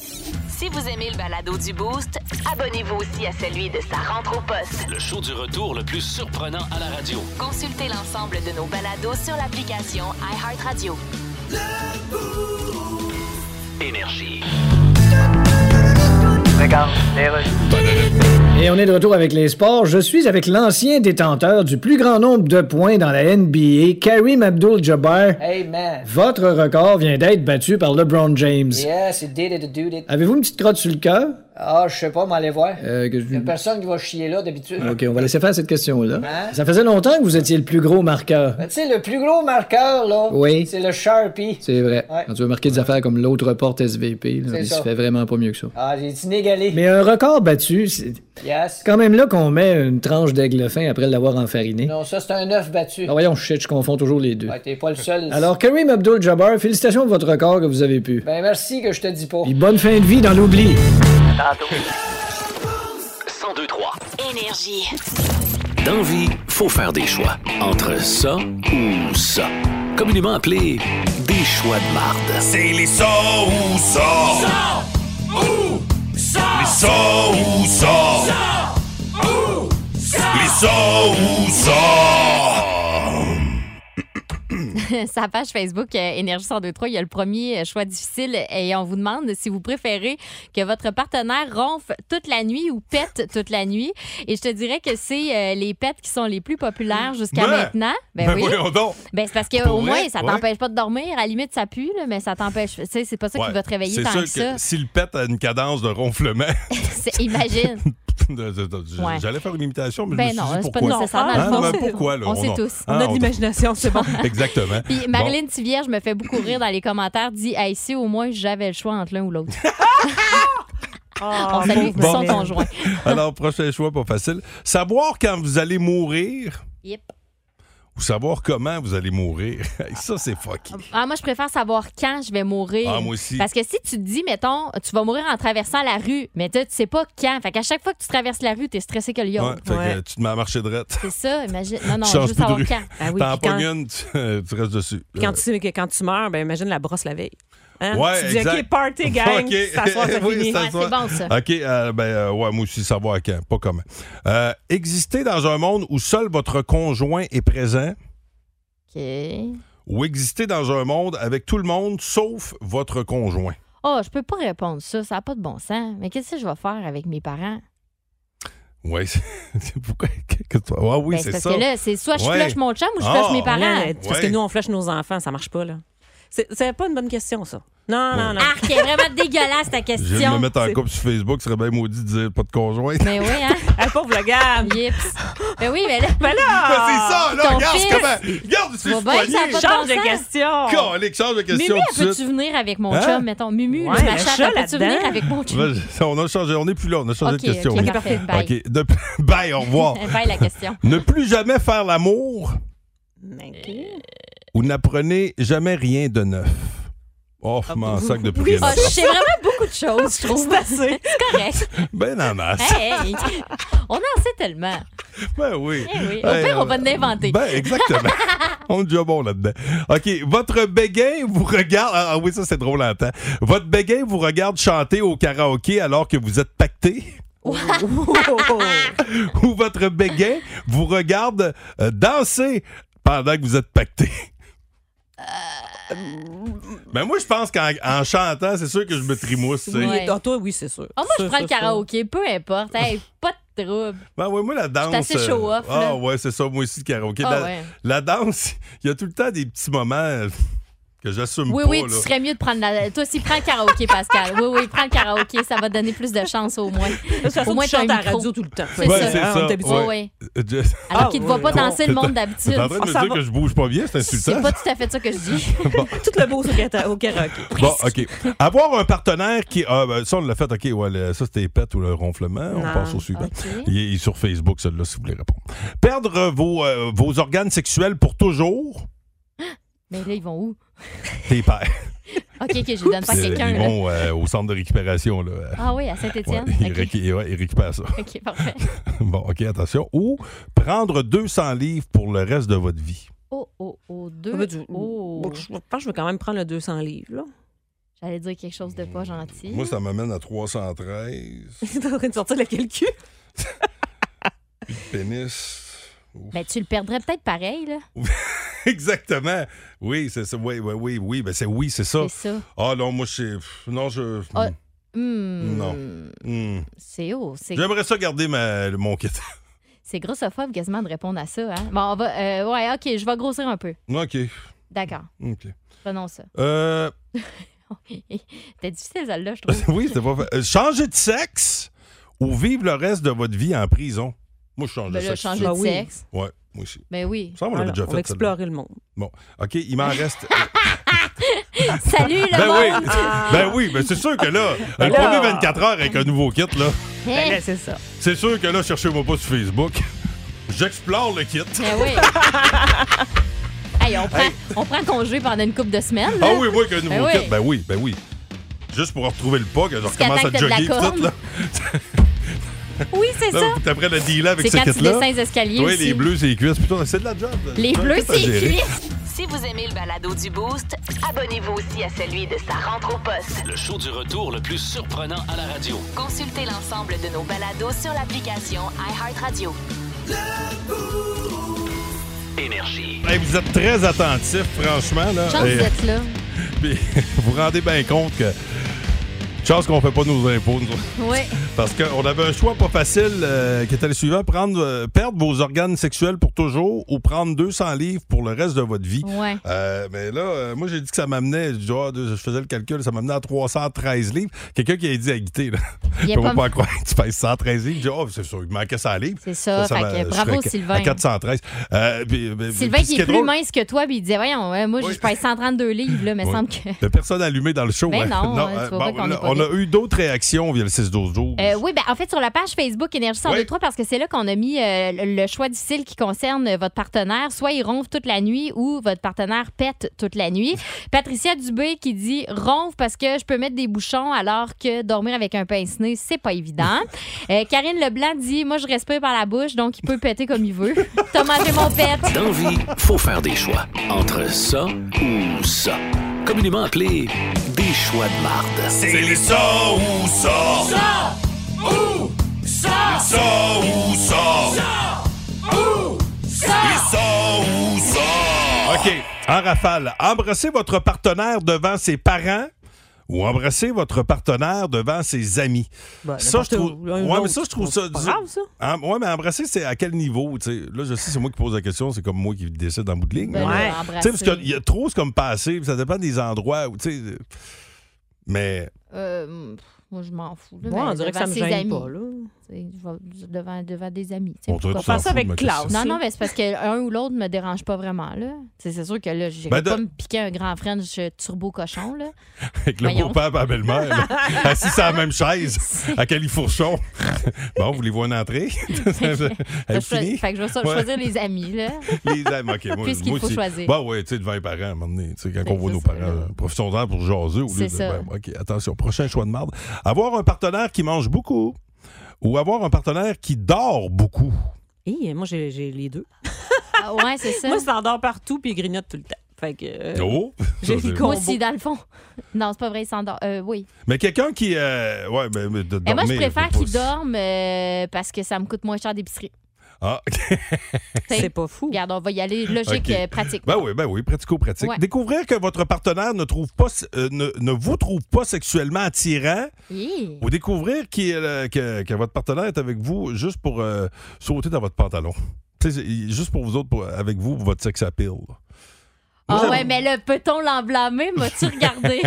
S1: Si vous aimez le balado du Boost, abonnez-vous aussi à celui de sa rentre au poste.
S2: Le show du retour le plus surprenant à la radio.
S1: Consultez l'ensemble de nos balados sur l'application iHeartRadio.
S8: regarde les rues.
S4: Et on est de retour avec les sports. Je suis avec l'ancien détenteur du plus grand nombre de points dans la NBA, Karim Abdul-Jabbar.
S5: Hey, man.
S4: Votre record vient d'être battu par LeBron James.
S5: Yes, it did it, it did it.
S4: Avez-vous une petite crotte sur le cœur?
S5: Ah, je sais pas, m'aller voir.
S4: Euh, que
S5: Y a
S4: je-
S5: personne qui va chier là d'habitude.
S4: OK, on va laisser faire cette question-là.
S5: Hein?
S4: Ça faisait longtemps que vous étiez le plus gros marqueur.
S5: Ben, tu sais, le plus gros marqueur, là,
S4: Oui.
S5: c'est le Sharpie.
S4: C'est vrai.
S5: Ouais.
S4: Quand tu veux marquer des affaires comme l'autre report SVP, là,
S5: C'est
S4: il
S5: ça.
S4: se fait vraiment pas mieux que ça.
S5: Ah, j'ai inégalé.
S4: Mais un record battu, c'est
S5: Yes.
S4: c'est quand même là qu'on met une tranche d'aigle fin après l'avoir enfariné.
S5: Non, ça, c'est un œuf battu.
S4: Ah, voyons, shit, je confonds toujours les deux.
S5: Ouais, t'es pas le seul.
S4: Alors, Karim Abdul-Jabbar, félicitations pour votre record que vous avez pu.
S5: Ben, merci que je te dis pas.
S4: Puis bonne fin de vie dans l'oubli.
S8: Tantôt.
S2: 1023.
S1: Énergie.
S2: Dans vie, faut faire des choix. Entre ça ou ça. Communément appelé des choix de marde.
S10: C'est les ça ou ça. Les ça ou ça. Les ça ou ça.
S6: Sa page Facebook euh, Énergie 1023, il y a le premier euh, choix difficile et on vous demande si vous préférez que votre partenaire ronfle toute la nuit ou pète toute la nuit. Et je te dirais que c'est euh, les pets qui sont les plus populaires jusqu'à
S3: Ben!
S6: maintenant. Ben, oui.
S3: voyons donc.
S6: Ben, c'est parce qu'au
S3: Pour vrai?
S6: moins, ça
S3: Ouais.
S6: t'empêche pas de dormir. À la limite, ça pue, là, mais ça t'empêche. Tu sais, c'est pas ça
S3: Ouais.
S6: qui va te réveiller
S3: C'est
S6: tant
S3: sûr
S6: que ça.
S3: S'il pète à une cadence de ronflement, <laughs>
S6: C'est- Imagine.
S3: de- de- de-
S6: Ouais.
S3: j'allais faire une imitation, mais
S6: Ben
S3: je me suis
S6: non,
S3: dit
S6: c'est pas
S3: pourquoi.
S6: nécessaire. Dans le
S3: Hein?
S6: fond,
S3: Ben,
S6: c'est-
S3: pourquoi, là?
S6: on sait tous.
S7: On a
S3: hein,
S7: de l'imagination, c'est bon.
S3: <laughs>
S7: <laughs>
S3: Exactement.
S6: Puis Marilyn Thivière, je me fais beaucoup rire dans les commentaires, dit Hey, si au moins j'avais le choix entre l'un ou l'autre.
S7: Ah,
S6: On salue
S7: pauvre
S6: son
S7: Marilyn.
S6: conjoint.
S3: Bon, alors, prochain choix, pas facile. Savoir quand vous allez mourir
S6: Yep.
S3: ou savoir comment vous allez mourir. <laughs> Hey, ça, c'est fucky.
S6: Ah, moi, je préfère savoir quand je vais mourir.
S3: Ah, moi aussi.
S6: Parce que si tu te dis, mettons, tu vas mourir en traversant la rue, mais tu tu sais pas quand. Fait qu'à chaque fois que tu traverses la rue, t'es stressé que le lion.
S3: Ouais, fait que
S7: Ouais.
S3: tu te mets à marcher droite.
S6: C'est ça, imagine. Non, non,
S3: Tu
S6: je
S3: changes plus
S6: veux
S3: de
S6: savoir
S3: rue. <laughs>
S6: quand.
S7: Ben oui,
S3: T'en
S7: puis quand-
S3: pognes une, tu, euh, tu restes dessus.
S7: Puis quand tu sais que quand tu meurs, ben imagine la brosse la veille. Hein?
S3: Ouais,
S7: tu dis,
S3: exact.
S7: OK, party,
S3: <laughs>
S7: gang.
S3: Ok.
S7: Ça soir, ça
S3: Oui,
S7: finit.
S3: ça
S6: Ouais,
S3: soir.
S6: c'est bon, ça.
S3: OK, euh, ben, euh, ouais, moi aussi, savoir quand, pas comment. Euh, exister dans un monde où seul votre conjoint est présent
S6: OK.
S3: ou exister dans un monde avec tout le monde sauf votre conjoint?
S6: Oh, je peux pas répondre ça. Ça n'a pas de bon sens. Mais qu'est-ce que je vais faire avec mes parents?
S3: <laughs> Oui, pourquoi? que- que- Ah oui,
S6: Ben,
S3: c'est
S6: parce
S3: ça.
S6: que là, c'est soit je
S3: Ouais.
S6: flush mon chum ou je
S3: Ah.
S6: flush mes parents.
S7: Non, Parce que
S3: Ouais.
S7: nous, on flush nos enfants, ça marche pas, là. C'est- C'est pas une bonne question, ça. Non, non, non.
S6: Arc, c'est vraiment dégueulasse ta
S3: Je viens de
S6: question.
S3: me mettre en
S7: c'est-
S3: couple sur Facebook, ce serait bien maudit de dire pas de conjoint. <laughs>
S6: Mais oui, hein?
S7: Ah, pauvre le gars.
S6: Yips. Ben oui, mais là.
S7: Ben là!
S3: Ben, c'est ça, là!
S6: ton
S3: Regarde
S6: fils.
S3: comment! Regarde, tu
S6: Tu vois bien que ça a pas de
S7: Change
S6: bon
S7: de
S6: sens.
S7: question.
S3: Calique, change de question
S6: Mumu,
S3: tout de
S6: peux-tu
S3: suite.
S6: venir avec mon
S3: Hein?
S6: chum, mettons? Mumu,
S7: Ouais,
S6: le ma
S7: le
S6: chatte,
S7: chat
S6: peux-tu
S7: là-dedans.
S6: venir avec mon chum?
S3: Vas-y, On a changé, on n'est plus là, on a changé
S6: Ok,
S3: de question.
S6: ok,
S3: là.
S6: parfait. Bye.
S3: OK, de- <laughs> bye, au
S6: <laughs>
S3: revoir.
S6: Bye, la question.
S3: ne plus jamais faire l'amour
S6: Ben,
S7: Euh,
S3: ou n'apprenez jamais rien de neuf. Oh, je m'en sac de plus rien
S6: Ah, je
S3: apprendre.
S6: sais vraiment beaucoup de choses, je trouve.
S7: <laughs> C'est assez.
S6: C'est correct.
S3: Ben en masse.
S6: Hey, hey. On en sait tellement.
S3: Ben oui.
S6: Eh oui. Au
S3: Hey,
S6: pire, on
S3: euh,
S6: va l'inventer.
S3: Ben, exactement. on est déjà bon là-dedans. OK. Votre béguin vous regarde. Ah, ah oui, ça, c'est drôle en temps. Votre béguin vous regarde chanter au karaoké alors que vous êtes pacté. ou votre béguin vous regarde euh, danser pendant que vous êtes pacté. Ben moi, je pense qu'en en chantant, c'est sûr que je me trimousse. tu sais.
S6: Ouais.
S7: Oui, dans toi, oui, c'est sûr.
S6: Ah, moi, je
S7: Ça,
S6: prends
S7: ça,
S6: le
S7: ça.
S6: karaoké, peu importe. Hey, pas de trouble.
S3: Ben ouais, moi, la danse.
S6: assez
S3: euh,
S6: show-off,
S3: Ah
S6: là.
S3: ouais, c'est ça, moi aussi, le karaoké.
S6: Ah
S3: la,
S6: ouais.
S3: la danse, <laughs> il y a tout le temps des petits moments euh, <laughs> que j'assume
S6: Oui,
S3: pas.
S6: oui,
S3: là.
S6: tu serais mieux de prendre la. Toi aussi, prends le karaoké, Pascal. Oui, oui, prends le karaoké, ça va te donner plus de chance au moins.
S7: De toute façon,
S6: Au moins,
S7: tu
S6: t'as un
S7: chantes à la
S6: micro.
S7: radio tout le temps.
S6: C'est
S3: Ouais,
S6: ça.
S3: c'est
S7: Hein,
S3: ça.
S7: on est habitué.
S6: Oui,
S3: Ouais.
S6: oui.
S3: Euh, Je- <laughs>
S6: Alors
S7: Ah,
S6: qu'il ne te voit
S7: ouais,
S6: pas
S7: non.
S6: danser le monde
S3: T'es
S6: d'habitude.
S3: en train de me
S7: Ah, Ça
S3: dire
S7: va.
S3: que je bouge pas bien, c'est
S6: C'est
S3: insultant.
S6: pas tout à fait ça que je dis.
S3: <laughs>
S7: Tout le beau au kata- au karaoké.
S6: <laughs>
S3: Bon, OK. Avoir un partenaire qui. Ah, ben, ça, on l'a fait. OK, ouais, le- ça, c'était pète ou le ronflement. On
S7: Non.
S3: passe au suivant.
S6: OK.
S3: Il, est, il est sur Facebook, celui-là, si vous voulez répondre. Perdre euh, vos, euh, vos organes sexuels pour toujours,
S6: Mais là, ils vont où?
S3: tes pères.
S6: OK, OK, je les donne pas à
S3: Euh,
S6: quelqu'un.
S3: Ils
S6: là.
S3: vont euh, au centre de récupération, là.
S6: Ah oui, à
S3: Ouais,
S6: Saint-Étienne.
S3: ils,
S6: OK,
S3: récu- ouais, ils récupèrent ça.
S6: OK, parfait.
S3: <laughs> Bon, OK, attention. Ou prendre 200 livres pour le reste de votre vie.
S6: Oh, oh, oh,
S7: Ça veut
S6: deux.
S7: dire-
S6: Oh.
S7: Bon, Je pense que je vais quand même prendre le 200 livres. Là. <laughs>
S6: J'allais dire quelque chose de pas gentil.
S3: Moi, ça m'amène à 313.
S7: T'es en train de sortir le calcul.
S3: Pénis. <laughs> Ouf.
S6: Mais Ben, tu le perdrais peut-être pareil, là.
S3: Exactement. Oui, c'est ça. Oui, oui, oui, oui. Ben, c'est oui, c'est ça.
S6: C'est ça.
S3: Ah non, moi, je sais- pff, Non, je.
S6: Ah, Hmm.
S3: Non. Hmm.
S6: C'est haut. C'est
S3: J'aimerais ça garder ma, le- mon kit. <laughs>
S6: c'est grossophobe quasiment de répondre à ça. Hein? Bon, on va. euh, ouais, OK, je vais grossir un peu.
S3: OK.
S6: D'accord.
S3: OK.
S6: Prenons <laughs> ça.
S3: Euh, <laughs>
S6: C'était difficile, celle-là, je trouve.
S3: oui, c'était pas fa- euh, Changer de sexe ou vivre le reste de votre vie en prison? Moi, je change
S6: Ben
S3: de
S6: là,
S3: sexe.
S6: changer
S7: Ah
S6: de
S7: oui.
S6: sexe.
S3: Ouais, moi aussi.
S6: Ben
S3: <laughs>
S6: oui.
S3: Ça, on l'avait
S7: Voilà,
S3: déjà
S7: on
S3: fait.
S7: va
S3: celle-là.
S7: explorer le monde.
S3: Bon, OK, il m'en reste.
S6: Salut, le
S3: ben, oui,
S6: monde!
S3: <laughs> ben oui, ben c'est sûr que là, le
S7: là-
S6: euh,
S3: premier 24 heures avec un nouveau kit, là,
S7: Ben
S6: Hein?
S7: là, c'est ça.
S3: c'est sûr que là, cherchez-moi pas sur Facebook. <laughs> J'explore le kit.
S6: Ben oui.
S3: <laughs>
S6: Hey, on prend, on prend congé pendant une couple de semaines.
S3: Ah
S6: là.
S3: oui, oui, qu'un nouveau
S6: Ben
S3: kit.
S6: oui.
S3: Ben oui, ben oui. Juste pour retrouver le pas, que je
S6: Jusqu'à
S3: recommence
S6: temps
S3: à
S6: que t'aies de la
S3: jogger pis tout, là.
S6: Oui, c'est
S3: Là,
S6: ça.
S3: vous t'apprends à dealer avec
S6: C'est
S3: ce
S6: quand tu
S3: kit-là.
S6: descends les escaliers
S3: Oui,
S6: aussi.
S3: les bleus, c'est les cuisses. Putain, c'est de la job.
S6: Les
S3: C'est un
S6: bleus,
S3: kit à
S6: c'est
S3: gérer.
S6: cuit.
S1: Si vous aimez le balado du Boost, abonnez-vous aussi à celui de sa rentre au poste.
S2: Le show du retour le plus surprenant à la radio.
S1: Consultez l'ensemble de nos balados sur l'application iHeartRadio.
S2: Énergie.
S3: Hey, vous êtes très attentifs, franchement. Là.
S6: Chance
S3: Et-
S6: d'être là.
S3: <laughs> puis, vous vous rendez bien compte que. Chance qu'on fait pas nos impôts, nous autres.
S6: Oui.
S3: Parce qu'on avait un choix pas facile euh, qui était le suivant prendre, euh, perdre vos organes sexuels pour toujours ou prendre 200 livres pour le reste de votre vie.
S6: Ouais.
S3: Euh, mais là, euh, moi, j'ai dit que ça m'amenait, je, dis, ah, deux- je faisais le calcul, ça m'amenait à 313 livres. Quelqu'un qui a dit à Guité, là.
S6: Il est
S3: Je peux
S6: pas-
S3: pas croire que tu pèses 113 livres. Je dis, oh, c'est sûr, il manquait 100 livres.
S6: C'est ça.
S3: Ça, ça
S6: Fait
S3: m'a-
S6: que
S3: je
S6: bravo,
S3: serais
S6: Sylvain.
S3: À 413. Euh, puis- puis-
S6: Sylvain
S3: puis ce
S6: qui
S3: est
S6: est plus
S3: drôle,
S6: mince que toi, puis il disait Voyons, ouais, moi,
S3: Oui.
S6: je pèse 132 livres, là, mais il
S3: Oui.
S6: semble que.
S3: Il n'y a personne allumé dans le show.
S6: Ben
S3: hein. <laughs>
S6: non, hein, tu vois bien qu'on
S3: là,
S6: est pas
S3: on a eu d'autres réactions via le 6-12-12.
S6: Euh, oui, ben, en fait, sur la page Facebook Énergie 102.3,
S3: Oui.
S6: parce que c'est là qu'on a mis euh, le le choix difficile qui concerne euh, votre partenaire. Soit il ronfle toute la nuit ou votre partenaire pète toute
S3: <laughs>
S6: la nuit. Patricia Dubé qui dit ronfle parce que je peux mettre des bouchons alors que dormir avec un pince-nez, c'est
S3: <laughs>
S6: pas évident. Euh, Karine Leblanc dit Moi, je respire par la bouche, donc il peut péter comme il veut. <laughs> T'as mangé mon pète.
S2: Dans vie, faut faire des choix. Entre ça ou ça. Communément appelé des choix de marde.
S10: C'est les ça ou ça. Ça ou ça. Les ça ou ça.
S3: OK. En rafale, embrassez votre partenaire devant ses parents ou embrassez votre partenaire devant ses amis.
S7: Ben,
S3: ça,
S7: n'importe
S3: je trouve.
S7: où, l'un ou
S3: Ouais, mais
S7: l'autre,
S3: ça, je trouve
S7: c'est
S3: ça.
S7: pas grave, ça.
S3: Em- ouais, mais embrasser, c'est à quel niveau? tu sais? Là, je sais, c'est moi qui pose la question, c'est comme moi qui décide en bout de ligne.
S6: Ben,
S3: mais-
S7: Ouais.
S6: là,
S3: Tu sais, parce
S6: embrasser.
S3: qu'il y a trop, c'est comme passé, puis ça dépend des endroits où, tu sais. euh, Mais.
S6: Euh, pff, moi, je m'en fous. là,
S7: Moi,
S6: mais
S7: on dirait que ça me
S6: devant ses
S7: gêne
S6: amis,
S7: pas, là.
S6: tu sais, je vais Devant, devant des amis. tu sais,
S3: On dirait que
S6: pourquoi
S3: tu
S6: pas.
S3: t'en
S7: faire ça
S3: fous de
S7: avec
S3: ma question.
S7: classe.
S6: Non,
S7: Aussi.
S6: non, mais c'est parce que un ou l'autre me dérange pas vraiment, là. C'est c'est sûr que là, j'ai
S3: Ben, de-
S6: pas me piquer un grand French turbo
S3: <laughs>
S6: cochon, là.
S3: Avec le
S6: Voyons.
S3: beau-père et la belle-mère,
S6: <laughs>
S3: là, assis sur la même chaise, <laughs> à Califourchon. bon, vous les voyez <laughs>
S6: <laughs>
S3: entrer? Elle
S6: Je
S3: est
S6: cho-
S3: finie?
S6: Fait que je vais so-
S3: Ouais.
S6: choisir les amis, là.
S3: Les amis, OK. Moi,
S6: Puisqu'il
S3: moi
S6: faut
S3: aussi.
S6: choisir.
S3: Bah ouais, tu sais, devant les parents, à un moment donné, tu sais, quand
S6: Ben,
S3: on voit
S6: ça,
S3: nos
S6: c'est
S3: parents,
S6: là.
S3: euh, profitons-en pour jaser au
S6: C'est
S3: lieu de.
S6: ça.
S3: ben, OK, attention, prochain choix de marde. Avoir un partenaire qui mange beaucoup ou avoir un partenaire qui dort beaucoup.
S7: Hi, moi, j'ai j'ai les deux.
S6: Ah, ouais, c'est ça.
S7: Moi, ça endort partout puis il grignote tout le temps. Fait que. euh,
S3: Oh! <laughs>
S7: J'ai
S3: Ça, c'est-
S7: les
S6: Moi
S7: combos.
S6: aussi, dans le fond. Non, c'est pas vrai, il s'endort. Euh, oui.
S3: Mais quelqu'un qui. euh, ouais, mais, mais de
S6: Et Eh, moi, je
S3: dormir,
S6: préfère
S3: faut pas-
S6: qu'il dorme euh, parce que ça me coûte moins cher d'épicerie.
S3: Ah,
S7: C'est pas fou.
S6: Regarde, on va y aller logique,
S3: OK.
S6: euh, pratique.
S3: Ben oui, ben oui, pratico-pratique.
S6: Ouais.
S3: Découvrir que votre partenaire ne, trouve pas, euh, ne, ne vous trouve pas sexuellement attirant
S6: Hi.
S3: ou découvrir qu'il est, euh, que, que votre partenaire est avec vous juste pour euh, sauter dans votre pantalon. Tu sais, c'est- juste pour vous autres, pour- avec vous, pour votre sex appeal. Moi,
S6: Ah
S3: j'aime-
S6: ouais, mais là, peut-on l'emblâmer?
S3: <laughs>
S6: M'as-tu regardé?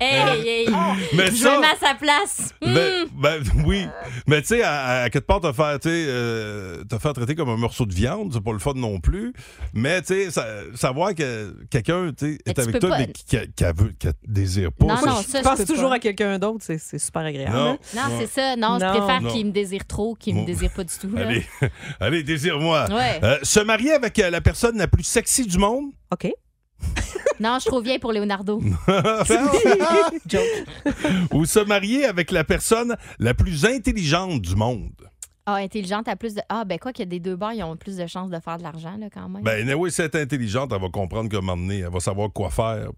S6: hey, hey,
S3: Mais
S6: je
S3: ça-
S6: me mets à sa place. Hmm.
S3: Ben, ben, oui. Mais tu sais, à, à quelque part, te faire, tu sais, euh, te faire traiter comme un morceau de viande, c'est pas le fun non plus. Mais tu sais, sa- savoir que quelqu'un tu sais,
S6: Mais
S3: est
S6: tu
S3: avec
S6: peux
S3: toi,
S6: pas-
S3: mais qui- qui- qu'elle veut, qu'elle désire pas.
S6: Non,
S3: ça,
S6: non,
S3: je-
S6: ça,
S7: je
S6: je
S7: pense
S6: peux
S7: toujours
S6: pas.
S7: à quelqu'un d'autre, c'est- c'est super agréable.
S3: Non.
S7: hein.
S6: Non, c'est ça. Non, je
S7: Non.
S6: préfère
S3: Non.
S6: qu'il me désire trop qu'il me
S3: Bon.
S6: désire pas du tout. là.
S3: Allez, <laughs> allez désire-moi.
S6: Ouais.
S3: <laughs> Euh, se marier avec euh, la personne la plus sexy du monde.
S6: <laughs>
S3: <laughs>
S7: OK.
S6: Non, je suis trop vieille pour Leonardo.
S7: Joke.
S3: Ou se marier avec la personne la plus intelligente du monde.
S6: Ah, intelligente a plus de. Ah, ben quoi que des deux bords, ils ont plus de chances de faire de l'argent, là, quand même.
S3: Ben, oui, c'est intelligente, elle va comprendre comment mener, elle va savoir quoi faire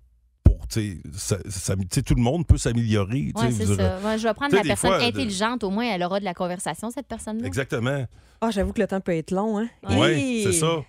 S3: pour, tu sais, ça- ça- tu sais, tout le monde peut s'améliorer. tu sais,
S6: ouais, c'est
S3: vous aurez-
S6: ça. Ouais, je vais prendre
S3: tu sais,
S6: la
S3: des
S6: personne
S3: fois, de-
S6: intelligente. Au moins, elle aura de la conversation, cette personne-là.
S3: Exactement.
S7: Ah, j'avoue que le temps peut être long, hein.
S3: Oui,
S7: Hi.
S3: c'est ça.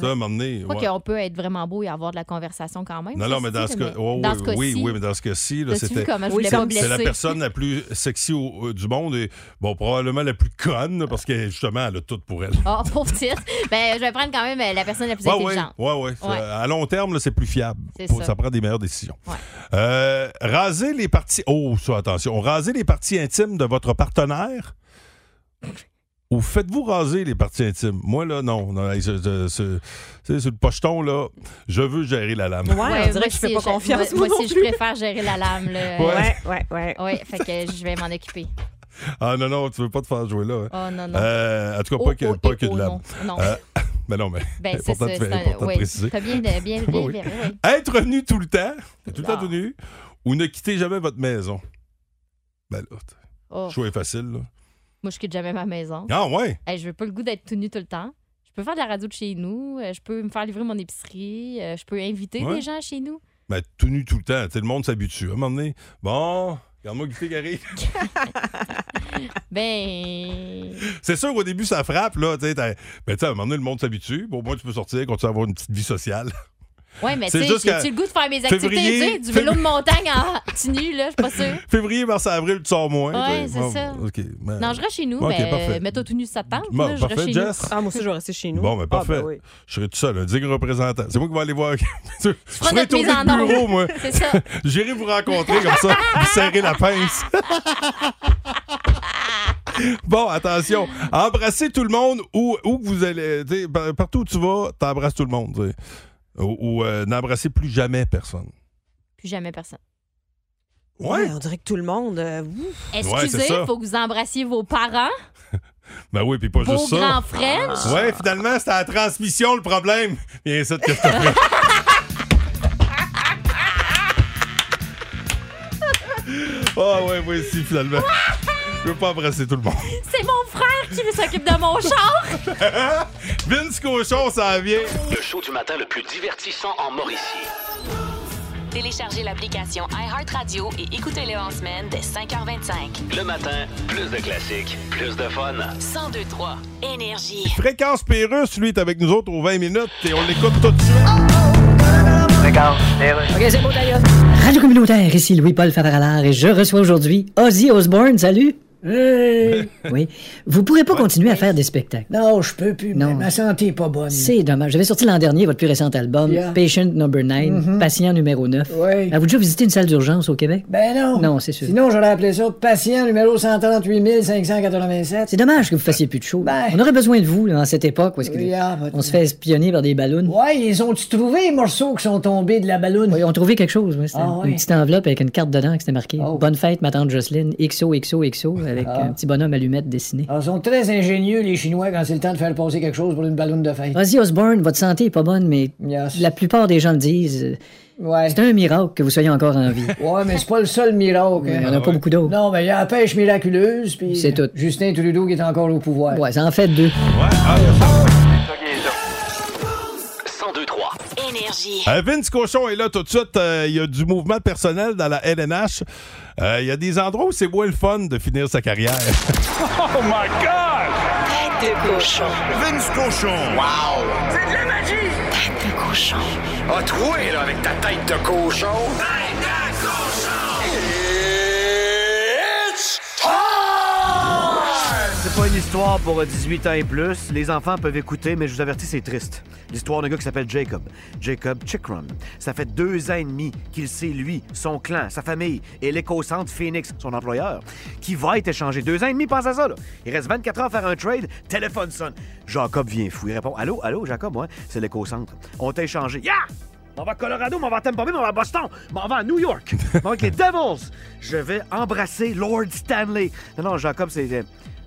S3: Ça, à un moment donné,
S6: Je crois
S3: ouais.
S6: qu'on peut être vraiment beau et avoir de la conversation quand même.
S3: Non,
S6: ça
S3: non, mais
S6: aussi,
S3: dans ce cas, oh,
S6: dans
S3: oui,
S6: ce cas-ci,
S3: oui, oui, mais dans ce cas-ci, là,
S6: T'as-tu vu
S3: c'était
S6: comment je voulais
S3: c'est-
S6: pas me
S3: c'est la
S6: blesser?
S3: personne la plus sexy au- euh, du monde et bon, probablement la plus conne là, parce que justement, elle a tout pour elle.
S6: <laughs> Oh, pauvre titre. ben, je vais prendre quand même euh, la personne la plus
S3: Oui, oui,
S6: intelligente. Ouais.
S3: À long terme, là, c'est plus fiable.
S6: C'est
S3: Faut-
S6: ça.
S3: ça. prend des meilleures décisions.
S6: Ouais.
S3: Euh, raser les parties. Oh, ça, attention. Raser les parties intimes de votre partenaire ou faites-vous raser les parties intimes? Moi, là, non. non hey, ce- ce- ce- tu sais, sur le pocheton, là, je veux gérer la lame.
S7: Ouais, on dirait que je fais
S6: moi
S7: pas
S6: aussi,
S7: confiance,
S6: Moi,
S7: moi
S6: moi
S7: non
S6: aussi, je
S7: plus.
S6: préfère gérer la lame. Là.
S3: Ouais.
S7: ouais, ouais.
S6: Ouais, fait que je vais m'en occuper.
S3: Ah non, non, tu veux pas te faire jouer là. hein?
S6: Oh non, non.
S3: Euh, en tout cas,
S6: Oh,
S3: pas que,
S6: oh,
S3: pas
S6: et
S3: que
S6: oh,
S3: de lame.
S6: non, non.
S3: Euh, mais non, mais
S6: ben, c'est
S3: important,
S6: ça.
S3: de,
S6: c'est
S3: faire-
S6: un-
S3: important de
S6: ouais.
S3: préciser.
S6: T'as bien, bien, bien,
S3: <laughs> Oui, oui.
S6: bien- oui.
S3: Être nu tout le temps, tout le temps
S6: Ah.
S3: tout nu, ou ne quitter jamais votre maison. Ben là, t-
S6: Oh,
S3: le choix est facile. Là.
S6: Moi, je quitte jamais ma maison.
S3: Ah ouais!
S6: Hey, je veux pas le goût d'être tout nu tout le temps. Je peux faire de la radio de chez nous. euh, Je peux me faire livrer mon épicerie. euh, Je peux inviter
S3: Ouais.
S6: des gens chez nous.
S3: Ben, tout nu tout le temps. Tu sais, le monde s'habitue. À un moment donné, bon, regarde-moi Guy Gary.
S6: Ben.
S3: <laughs> C'est sûr, au début, ça frappe. Là, tu sais, t'as- ben, tu sais, à un moment donné, le monde s'habitue. Bon, moi, tu peux sortir, continuer à avoir une petite vie sociale. <laughs>
S6: Ouais, mais tu
S3: C'est
S6: sais,
S3: juste
S6: j'ai-tu
S3: qu'à
S6: le goût de faire mes activités,
S3: février-
S6: tu sais, du vélo de montagne en <laughs> petit nu, là, je suis pas sûre.
S3: Février, mars, avril, tu sors moins.
S6: Ouais,
S3: tu sais.
S6: c'est
S3: Bon,
S6: ça.
S3: OK. ben,
S6: Non, je reste chez nous,
S3: Ok,
S6: mais
S3: parfait.
S6: euh, mets-toi tout nu si ça te tente,
S3: Bon,
S6: là, je
S3: parfait,
S6: reste chez
S3: Jess.
S6: nous.
S7: Ah, moi aussi, je vais rester chez nous.
S3: Bon, ben, parfait.
S7: Ah, ben oui.
S3: Je serais tout seul, un digne représentant. C'est moi qui vais aller voir. <laughs> je serais
S6: notre
S3: tourné
S6: mise en
S3: le bureau,
S6: onde.
S3: moi.
S6: C'est ça.
S3: J'irai vous rencontrer comme ça, vous serrez la pince. bon, attention. Embrasser tout le monde où, où que vous allez. tu sais, par- Partout où tu vas, t'embrasses tout le monde. tu sais. Ou, ou, euh, n'embrasser plus jamais personne.
S6: Plus jamais personne.
S3: Ouais.
S7: Ouais, on dirait que tout le monde. euh, ouf.
S6: Excusez,
S3: c'est ça.
S6: faut que vous embrassiez vos parents,
S3: Ben oui, puis pas
S6: vos
S3: juste ça. Ah.
S6: grands frères.
S3: Ouais, finalement, c'était la transmission le problème. Viens ça, qu'est-ce que t'as fait? Ah ouais, moi aussi, finalement. Je veux pas embrasser tout le monde.
S6: C'est mon frère qui s'occupe de mon char. <laughs>
S3: <laughs> Vince Cochon, ça vient.
S2: Le show du matin le plus divertissant en Mauricie.
S1: Téléchargez l'application iHeartRadio et écoutez-le en semaine dès 5h25.
S2: Le matin, plus de classiques, plus de fun.
S1: 1023 Énergie.
S3: Fréquence Pérus, lui, est avec nous autres aux 20 minutes et on l'écoute tout de suite.
S4: OK, c'est beau, d'ailleurs. Radio communautaire, ici Louis-Paul Favaralard et je reçois aujourd'hui Ozzy Osbourne. Salut! oui. Vous pourrez pas continuer à faire des spectacles.
S5: Non, je peux plus.
S4: Non.
S5: mais Ma santé est pas bonne.
S4: C'est dommage. J'avais sorti l'an dernier votre plus récent album,
S5: Yeah. Mm-hmm.
S4: Patient Number 9, Patient numéro 9.
S5: Oui.
S4: Avez-vous déjà visité une salle d'urgence au Québec?
S5: Ben non.
S4: Ah Non, c'est sûr.
S5: Sinon, j'aurais appelé ça patient numéro 138 587.
S4: C'est dommage que vous fassiez plus de show.
S5: Ben.
S4: On aurait besoin de vous là, en cette époque où est-ce que
S5: Oui, ah, votre-
S4: on se fait espionner par des ballons.
S5: Ouais, ils ont-tu trouvé les morceaux qui sont tombés de la ballonne?
S4: Oui, on trouvait quelque chose. oui, c'était
S5: Ah, ouais.
S4: Une petite enveloppe avec une carte dedans qui c'était marqué
S5: Oh.
S4: Bonne fête, ma tante Jocelyne, XO, XO, XO, avec
S5: Ah.
S4: un petit bonhomme allumette dessiné.
S5: Alors, ils sont très ingénieux, les Chinois, quand c'est le temps de faire passer quelque chose pour une ballonne de fête.
S4: Ozzy Osbourne, votre santé est pas bonne, mais
S5: Yes.
S4: la plupart des gens le disent. euh,
S5: Ouais.
S4: C'est un miracle que vous soyez encore en vie.
S5: Ouais, mais c'est pas le seul miracle.
S4: Il
S5: hein.
S4: n'y en a pas beaucoup d'autres.
S5: Non, mais il y a la pêche miraculeuse, puis.
S4: C'est tout.
S5: Justin Trudeau qui est encore au pouvoir.
S4: Ouais, ça en fait deux.
S3: Ouais, ah, il y a ça.
S2: 1023.
S1: Énergie.
S3: Euh, Vince Cochon est là tout de suite. Euh, Il y a du mouvement personnel dans la LNH. Euh, Il y a des endroits où c'est moins le fun de finir sa carrière. <laughs>
S10: Vince Cochon.
S2: A troué, là, avec ta tête de cochon. Tête de cochon!
S11: C'est pas une histoire pour euh, 18 ans et plus. Les enfants peuvent écouter, mais je vous avertis, c'est triste. L'histoire d'un gars qui s'appelle Jacob. Jacob Chikrum. Ça fait deux ans et demi qu'il sait, lui, son clan, sa famille et l'éco-centre Phoenix, son employeur, qui va être échangé. Deux ans et demi, pense à ça, là. Il reste 24 heures à faire un trade. Téléphone sonne. Jacob vient fou. Il répond Allô, allô, Jacob, moi, c'est l'éco-centre. On t'a échangé. Yeah! M'en va à Colorado, m'en va à Tampa Bay, m'en va à Boston, m'en va à New York,
S12: <laughs>
S11: m'en va avec les Devils. Je vais embrasser Lord Stanley. Non, non, Jacob, c'est. euh,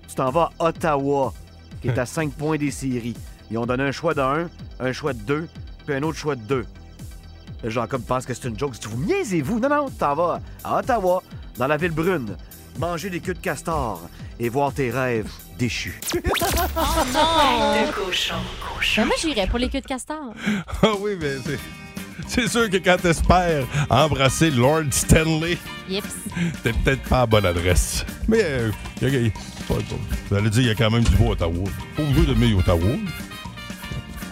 S11: Tu t'en vas à Ottawa, qui
S12: <laughs>
S11: est à 5 points des séries. Ils ont donné un choix de 1, un choix de 2, puis un autre choix de 2. Jacob pense que c'est une joke. Si vous niaisez-vous, non, non, tu t'en vas à Ottawa, dans la ville brune, manger des queues de castor et voir tes rêves déchus.
S6: Ben, moi, j'irais pour les queues de castor.
S3: Ah oui, mais c'est. C'est sûr que quand t'espères embrasser Lord Stanley, <laughs>
S6: Yips.
S3: t'es peut-être pas à bonne adresse. Mais, euh, y a- y a- pas- pas- vous allez dire, il y a quand même du beau Ottawa. Au lieu de mieux Ottawa.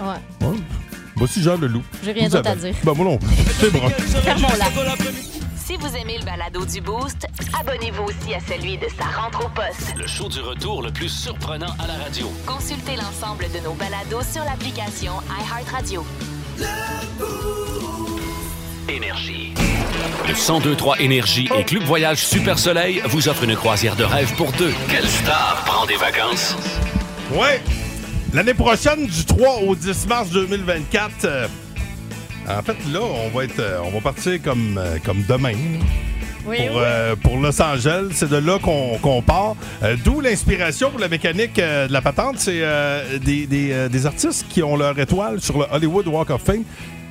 S6: Ouais.
S3: Bon. Moi aussi, Jean le loup.
S6: J'ai rien d'autre à
S3: Isabelle.
S6: dire.
S3: Ben, moi non plus. C'est
S6: <laughs>
S3: bon.
S1: Si vous aimez le balado du Boost, abonnez-vous aussi à celui de sa rentre au poste.
S2: Le show du retour le plus surprenant à la radio.
S1: Consultez l'ensemble de nos balados sur l'application iHeartRadio.
S2: Énergie. Le 1023 Énergie et Club Voyage Super Soleil vous offrent une croisière de rêve pour deux. Quelle star prend des vacances?
S3: Ouais. L'année prochaine, du 3 au 10 mars 2024. euh, en fait, là, on va être, euh, on va partir comme, euh, comme demain. pour, euh, pour Los Angeles. C'est de là qu'on qu'on part. Euh, D'où l'inspiration pour la mécanique euh, de la patente. C'est euh, des, des, euh, des artistes qui ont leur étoile sur le Hollywood Walk of Fame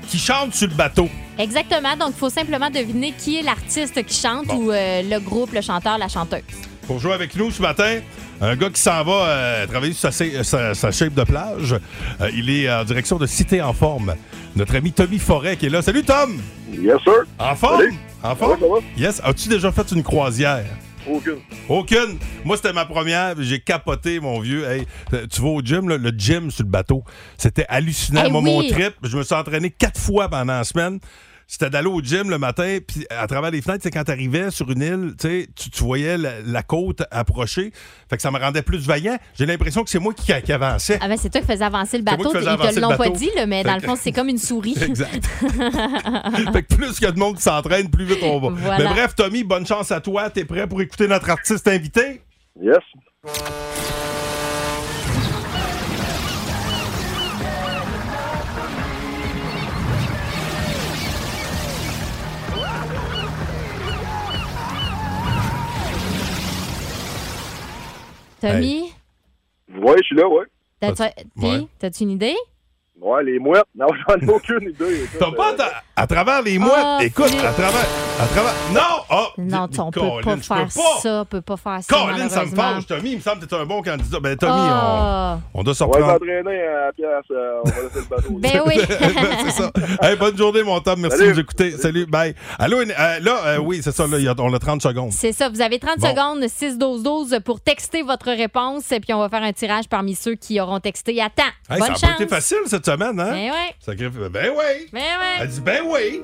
S3: qui chantent sur le bateau.
S6: Exactement. Donc, il faut simplement deviner qui est l'artiste qui chante ou euh, le groupe, le chanteur, la chanteuse.
S3: Pour jouer avec nous ce matin, un gars qui s'en va euh, travailler sur sa, sa- sa- sa shape de plage. Euh, il est en direction de Cité en forme. Notre ami Tommy Forêt qui est là. Salut Tom!
S9: Yes, sir.
S3: En forme?
S9: Salut.
S3: En forme?
S9: Ça va, ça
S3: Yes. As-tu déjà fait une croisière?
S9: Aucune.
S3: Aucune. Moi, c'était ma première. puis J'ai capoté, mon vieux. Hey, tu vas au gym, là, le gym sur le bateau. C'était hallucinant.
S9: Eh
S3: Moi,
S9: oui.
S3: mon trip, je me suis entraîné quatre fois pendant la semaine. C'était d'aller au gym le matin, puis à travers les fenêtres, c'est quand t'arrivais sur une île, tu sais, tu, tu voyais la, la côte approcher. Fait que ça me rendait plus vaillant. J'ai l'impression que c'est moi qui, qui avançais.
S6: Ah ben, c'est toi qui faisais avancer le
S3: C'est moi
S6: bateau.
S3: qui faisais
S6: Ils
S3: avancer
S6: te
S3: le
S6: l'ont pas
S3: bateau.
S6: dit, là, mais dans
S3: Fait
S6: le
S3: que-
S6: fond, c'est comme une souris.
S3: <laughs> <laughs> Exact. fait que plus qu'il y a de monde qui s'entraîne, plus vite on va.
S6: Voilà.
S3: Mais bref, Tommy, bonne chance à toi. T'es prêt pour écouter notre artiste invité?
S9: Yes.
S6: Tommy,
S9: Ouais, je suis là, ouais.
S6: t'as-tu Guy, t'as-tu une idée?
S9: Ouais, les mouettes. Non, j'en ai aucune idée. écoute.
S3: T'as pas ta- à travers les mouettes.
S6: Ah,
S3: Écoute,
S6: Philippe.
S3: à travers. À travers. Non! Oh,
S6: Non, on peut
S3: Colin,
S6: pas
S3: je
S6: faire
S3: peux pas.
S6: ça, on peut pas faire ça.
S3: Colin, ça me
S6: malheureusement.
S3: fâche, Tommy. Il me semble que t'es un bon candidat. Ben, Tommy,
S6: Ah.
S3: on, on doit se
S9: On va
S3: reprendre. <laughs>
S9: s'entraîner à la pièce. euh, on va laisser le bateau.
S6: Ben oui.
S3: C'est <laughs> ça. Hey, bonne journée, mon Tom. Merci de nous écouter. Salut. Bye. Allô, une- euh, là, euh, oui, c'est ça. Là, il y a- on a 30 secondes.
S6: C'est ça, vous avez 30
S3: Bon.
S6: secondes, 6-12-12 pour texter votre réponse, et puis on va faire un tirage parmi ceux qui auront texté à temps.
S3: Hey,
S6: Bonne
S3: ça a
S6: chance.
S3: pas été facile cette semaine, hein?
S6: Ben ouais.
S3: Sacré- Ben oui.
S6: Ben ouais.
S3: Elle dit ben oui.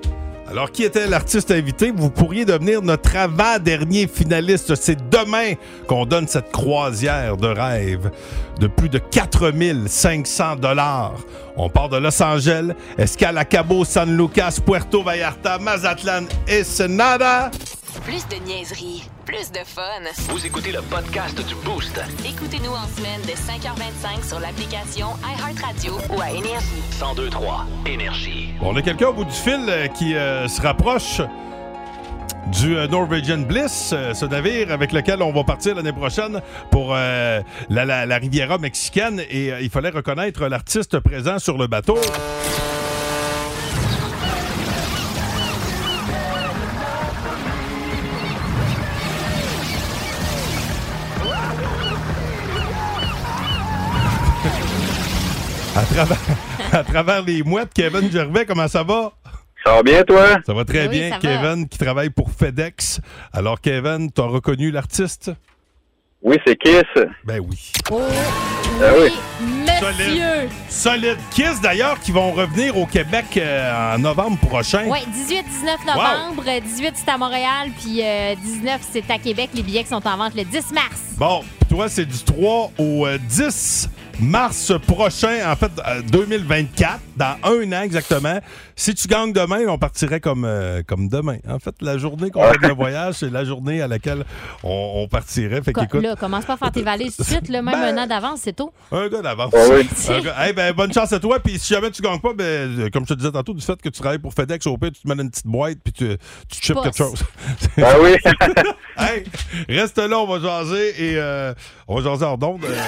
S3: Alors, qui était l'artiste invité? Vous pourriez devenir notre avant-dernier finaliste. C'est demain qu'on donne cette croisière de rêve de plus de 4500 dollars. On part de Los Angeles, escale à Cabo San Lucas, Puerto Vallarta, Mazatlan, Ensenada.
S1: Plus de niaiserie, plus de fun.
S2: Vous écoutez le podcast du Boost.
S1: Écoutez-nous en semaine de 5h25 sur l'application iHeartRadio ou à Énergie.
S2: 1023 Énergie.
S3: On a quelqu'un au bout du fil euh, qui euh, se rapproche du euh, Norwegian Bliss, euh, ce navire avec lequel on va partir l'année prochaine pour euh, la, la- la Riviera mexicaine. Et euh, il fallait reconnaître l'artiste présent sur le bateau. À travers, <laughs> à travers les mouettes, Kevin Gervais, comment ça va?
S9: Ça va bien, toi?
S3: Ça va très
S9: Oui,
S3: bien,
S9: ça va.
S3: Kevin, qui travaille pour FedEx. Alors, Kevin, t'as reconnu l'artiste?
S9: Oui, c'est Kiss.
S3: Ben oui.
S9: Ben oui.
S6: Monsieur!
S3: Solide Kiss, d'ailleurs, qui vont revenir au Québec euh, en novembre prochain.
S6: Ouais, 18-19 novembre, 18 c'est à Montréal, puis euh, 19 c'est à Québec. Les billets qui sont en vente le 10 mars.
S3: Bon, pis toi, c'est du 3 au euh, 10 mars prochain, en fait, euh, 2024, dans un an exactement. Si tu gagnes demain, on partirait comme, euh, comme demain. En fait, la journée qu'on fait le voyage, c'est la journée à laquelle on, on partirait. Fait
S6: Co-
S3: qu'écoute,
S6: là, commence pas à faire tes valises tout de suite, là, même
S3: Ben-
S6: un an d'avance, c'est tôt.
S3: un gars d'avance.
S9: Ah oui.
S3: Un gars- hey, ben, bonne chance à toi. Puis si jamais tu gagnes pas, ben, euh, comme je te disais tantôt, du fait que tu travailles pour FedEx, au pire, tu te mets dans une petite boîte puis tu, tu te chips
S9: Pousse.
S3: quelque chose. <laughs>
S9: Ben
S2: <laughs>
S9: oui.
S3: hey, reste là, on va jaser et euh, on va jaser hors d'onde. Euh,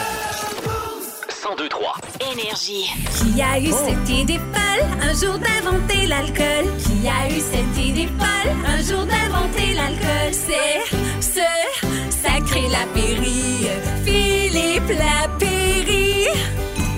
S2: 1023
S1: Énergie.
S13: Qui a eu cette idée folle un jour d'inventer l'alcool? Qui a eu cette idée folle un jour d'inventer l'alcool? C'est ce sacré Lapéry, Philippe Lapéry.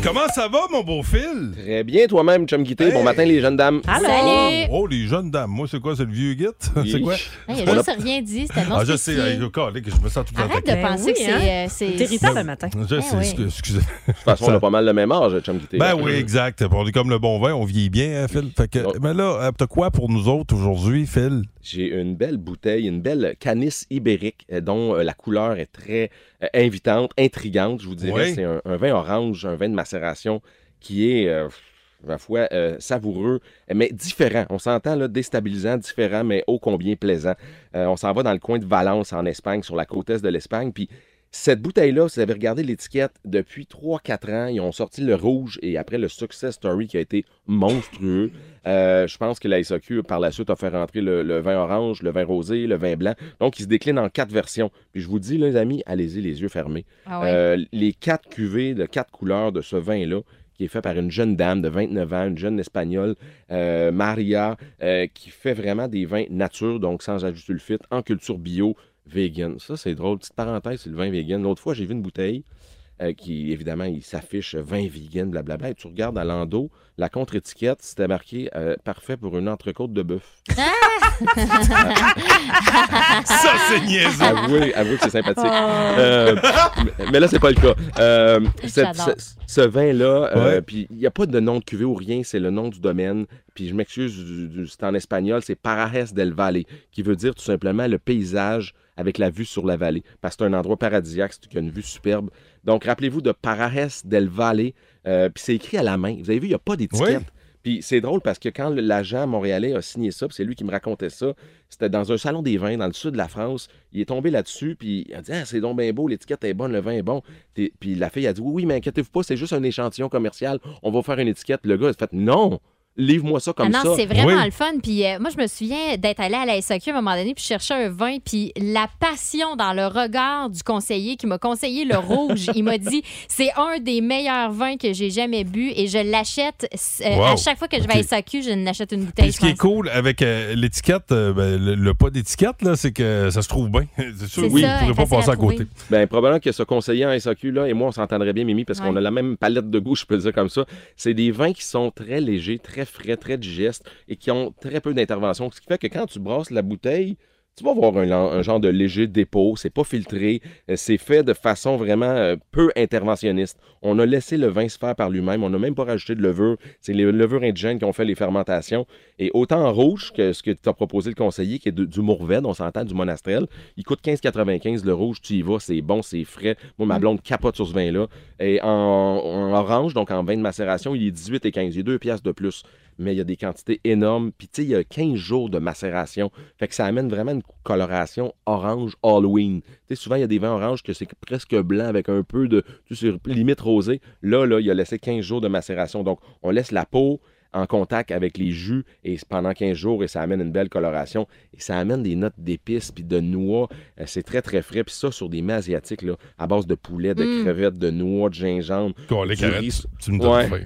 S3: Comment ça va, mon beau fil?
S12: Très bien, toi-même, chum guité. Bon matin, les jeunes dames.
S6: Allô? Salut!
S3: Oh, les jeunes dames. Moi, c'est quoi? C'est le vieux
S6: <laughs>
S3: guide? C'est quoi?
S6: Hey, il a juste rien dit, c'était non
S3: Ah, je Ben sais,
S6: spécifié.
S3: hey, calé, que je me sens tout le temps
S6: Arrête Eh de
S3: attaqué.
S6: penser
S7: oui,
S6: que c'est...
S7: hein.
S6: euh, c'est-
S7: T'es irritable le matin.
S3: Je sais,
S6: oui.
S3: excu- excusez.
S12: De toute façon, on a pas mal le même âge, chum guité.
S3: Ben oui, exact. On est comme le bon vin, on vieillit bien, hein, Phil. Fait que, mais là, euh, t'as quoi pour nous autres aujourd'hui, Phil?
S12: J'ai une belle bouteille, une belle canis ibérique euh, dont euh, la couleur est très euh, invitante, intrigante, je vous dirais.
S3: Oui.
S12: C'est un, un vin orange, un vin de macération qui est, euh, pff, ma foi, euh, savoureux, mais différent. On s'entend, là, déstabilisant, différent, mais ô combien plaisant. Euh, on s'en va dans le coin de Valence, en Espagne, sur la côte est de l'Espagne, puis... Cette bouteille-là, si vous avez regardé l'étiquette, depuis 3-4 ans, ils ont sorti le rouge et après le success story qui a été monstrueux. Euh, je pense que la SAQ, par la suite, a fait rentrer le, le vin orange, le vin rosé, le vin blanc. Donc, il se décline en quatre versions. Puis je vous dis, les amis, allez-y les yeux fermés.
S14: Ah ouais?
S12: Euh, les quatre cuvées de quatre couleurs de ce vin-là, qui est fait par une jeune dame de 29 ans, une jeune espagnole, euh, Maria, euh, qui fait vraiment des vins nature, donc sans ajout de sulfite, en culture bio, vegan. Ça, c'est drôle. Petite parenthèse, c'est le vin vegan. L'autre fois, j'ai vu une bouteille euh, qui, évidemment, il s'affiche euh, vin vegan, blablabla. Et tu regardes à l'endos, la contre-étiquette, c'était marqué euh, parfait pour une entrecôte de bœuf.
S6: Ah!
S3: Ça, c'est niaiseux!
S12: avouez, avouez que c'est sympathique.
S3: Oh.
S12: Euh, mais- mais là, c'est pas le cas. Euh, cette-
S3: J'adore.
S12: ce, ce vin-là, euh,
S3: Ouais.
S12: puis il n'y a pas de nom de cuvée ou rien, c'est le nom du domaine. Puis je m'excuse, du- du- c'est en espagnol, c'est Parajes del Valle, qui veut dire tout simplement le paysage avec la vue sur la vallée. Parce que c'est un endroit paradisiaque, c'est qu'il y a une vue superbe. Donc, rappelez-vous de Parajes del Valle, euh, puis c'est écrit à la main. Vous avez vu, il n'y a pas d'étiquette. Puis c'est drôle parce que quand l'agent montréalais a signé ça, puis c'est lui qui me racontait ça, c'était dans un salon des vins dans le sud de la France. Il est tombé là-dessus, puis il a dit Ah, c'est donc bien beau, l'étiquette est bonne, le vin est bon. T'es- Puis la fille a dit Oui, oui, mais inquiétez-vous pas, c'est juste un échantillon commercial, on va faire une étiquette. Le gars a fait Non, livre-moi ça comme
S6: ah
S12: ça.
S6: non, c'est vraiment le fun. Puis euh, moi, je me souviens d'être allée à la SAQ à un moment donné, puis je cherchais un vin, puis la passion dans le regard du conseiller qui m'a
S12: <laughs>
S6: conseillé le rouge. il m'a dit c'est un des meilleurs vins que j'ai jamais bu et je l'achète euh,
S3: Wow.
S6: à chaque fois que je vais
S3: Ok.
S6: à SAQ, je n'achète une bouteille.
S3: Puis ce qui est cool avec euh, l'étiquette, euh, ben, le, le pas d'étiquette, là, c'est que ça se trouve bien. <laughs> C'est sûr, oui, vous ne pourrez pas passer à côté.
S12: Ben, probablement que ce conseiller en SAQ, là, et moi, on s'entendrait bien, Mimi, parce
S3: Ouais.
S12: qu'on a la même palette de goût, je peux le dire comme ça. C'est des vins qui sont très légers, très frais, très digestes et qui ont très peu d'intervention. Ce qui fait que quand tu brasses la bouteille, tu vas avoir un, lan- un genre de léger dépôt. C'est pas filtré. euh, C'est fait de façon vraiment euh, peu interventionniste. On a laissé le vin se faire par lui-même. On n'a même pas rajouté de levure. C'est les levures indigènes qui ont fait les fermentations. Et autant en rouge que ce que t'as proposé le conseiller, qui est de- du Mourvèdre, on s'entend, du Monastrel, il coûte 15,95 le rouge. Tu y vas, c'est bon, c'est frais. Moi, ma blonde capote sur ce vin-là. Et en, en orange, donc en vin de macération, il est 18 et 15. Il est 2 piastres de plus. Mais il y a des quantités énormes. Puis, tu sais, il y a 15 jours de macération. Fait que ça amène vraiment une coloration orange Halloween. Tu sais, souvent, il y a des vins oranges que c'est presque blanc avec un peu de, tu sais, c'est limite rosé. Là, là, il a laissé 15 jours de macération. Donc, on laisse la peau en contact avec les jus et pendant 15 jours et ça amène une belle coloration et ça amène des notes d'épices puis de noix Euh, c'est très très frais puis ça sur des mets asiatiques là, à base de poulet de
S3: Mm.
S12: crevettes de noix de gingembre
S3: Bon, les
S12: du
S3: carottes,
S12: riz.
S3: tu me donnes
S12: Ouais.
S3: faim.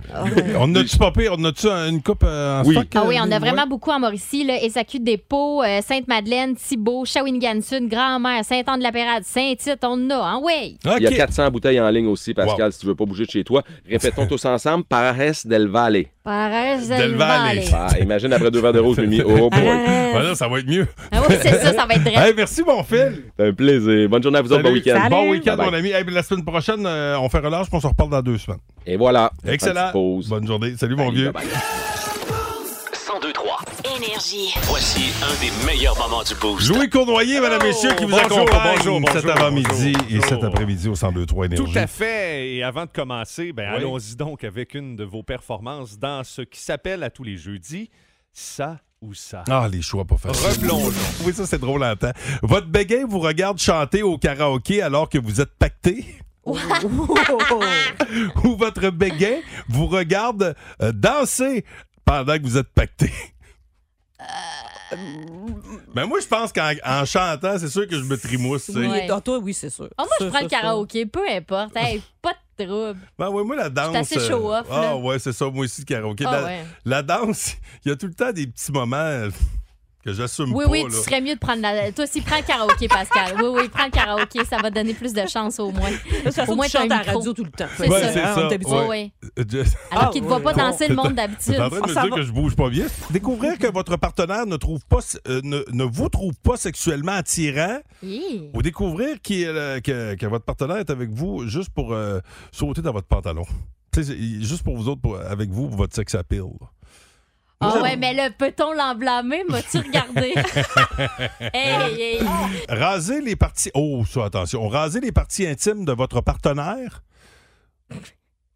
S3: On a-tu pas pire? On a-tu un- une coupe euh, en
S12: Oui.
S3: stock?
S6: Ah oui,
S3: euh,
S6: on a
S3: ouais?
S6: vraiment beaucoup en Mauricie. Là, SAQ Dépôt, euh, Sainte-Madeleine, Thibault, Shawinigan-Sud, Grand-Mère, Saint-Anne-de-la-Pérade, Saint-Tite, on en a, hein, ouais.
S12: Il y a 400 bouteilles en ligne aussi, Pascal, si tu veux pas bouger de chez toi. Répétons tous ensemble, Parajes del Valle.
S6: Parajes del Valle.
S12: Ah, imagine après deux verres de rose, Mimi. Oh
S15: Ah,
S12: boy.
S3: Voilà, ça va être mieux.
S6: Ah oui, c'est ça, ça
S12: <laughs>
S6: va être drôle.
S3: Hey, merci, mon Phil.
S12: C'est un plaisir. Bonne journée à vous autres. Bon
S3: Salut.
S12: week-end.
S3: Bon week-end, mon ami. Hey, puis la semaine prochaine, euh, on fait relâche, puis on se reparle dans deux semaines.
S12: Et voilà.
S3: Excellent. Bonne journée. Salut, mon vieux.
S2: 1023. Énergie. Voici un des meilleurs moments du boost.
S3: Louis Cournoyer, madame, messieurs, qui vous
S2: Bonjour,
S3: accompagne
S2: bonjour,
S3: cet
S2: bonjour,
S3: avant-midi
S2: bonjour,
S3: et
S2: bonjour.
S3: cet après-midi au 102.3 Énergie.
S15: Tout à fait. Et avant de commencer, ben,
S2: Oui.
S15: allons-y donc avec une de vos performances dans ce qui s'appelle à tous les jeudis Ça ou ça.
S3: Ah, les choix pas faciles.
S15: Replongeons.
S3: Oui, ça, c'est drôle en temps. Votre béguin vous regarde chanter au karaoké alors que vous êtes pacté. Ou votre béguin vous regarde euh, danser pendant que vous êtes pacté.
S6: Euh,
S3: Ben moi, je pense qu'en en chantant, c'est sûr que je me trimousse. tu sais.
S7: Oui, dans toi, oui, c'est sûr.
S6: Ah, moi, je
S7: Ça,
S6: prends
S7: ça, <laughs>
S6: le
S7: ça.
S6: karaoké, peu importe. Hey, pas de trouble.
S3: Ben ouais, moi, la danse.
S6: assez
S3: euh,
S6: show-off,
S3: Ah
S6: là.
S3: ouais, c'est ça, moi aussi, le karaoké.
S6: Ah
S3: la,
S6: ouais.
S3: la danse, il y a tout le temps des petits moments. euh, que j'assume
S6: Oui,
S3: pas.
S6: oui,
S3: là.
S6: tu serais mieux de prendre la. Toi aussi, prends le karaoké, Pascal. Oui, oui, prends le karaoké, ça va te donner plus de chance au moins.
S7: façon,
S6: au moins,
S7: tu
S6: t'as un
S7: chantes à la
S6: micro.
S7: radio tout le temps.
S6: C'est
S3: Ouais,
S6: ça.
S3: c'est
S6: hein,
S3: ça,
S6: on est habitué.
S3: ouais.
S6: Oui, oui.
S3: Euh, je-
S6: Alors qu'il ne te voit pas danser le monde d'habitude.
S3: T'es en train de me dire que je bouge pas bien. Découvrir que votre partenaire ne, trouve pas, euh, ne, ne vous trouve pas sexuellement attirant
S6: Hi.
S3: ou découvrir qu'il, euh, que, que votre partenaire est avec vous juste pour euh, sauter dans votre pantalon. Tu sais, c'est- juste pour vous autres, pour- avec vous, pour votre sex appeal.
S6: Ah ouais, mais le peut-on l'emblâmer?
S3: <laughs>
S6: M'as-tu regardé? hey, hey.
S7: Ah,
S3: Raser les parties. Oh, ça, attention. Raser les parties intimes de votre partenaire.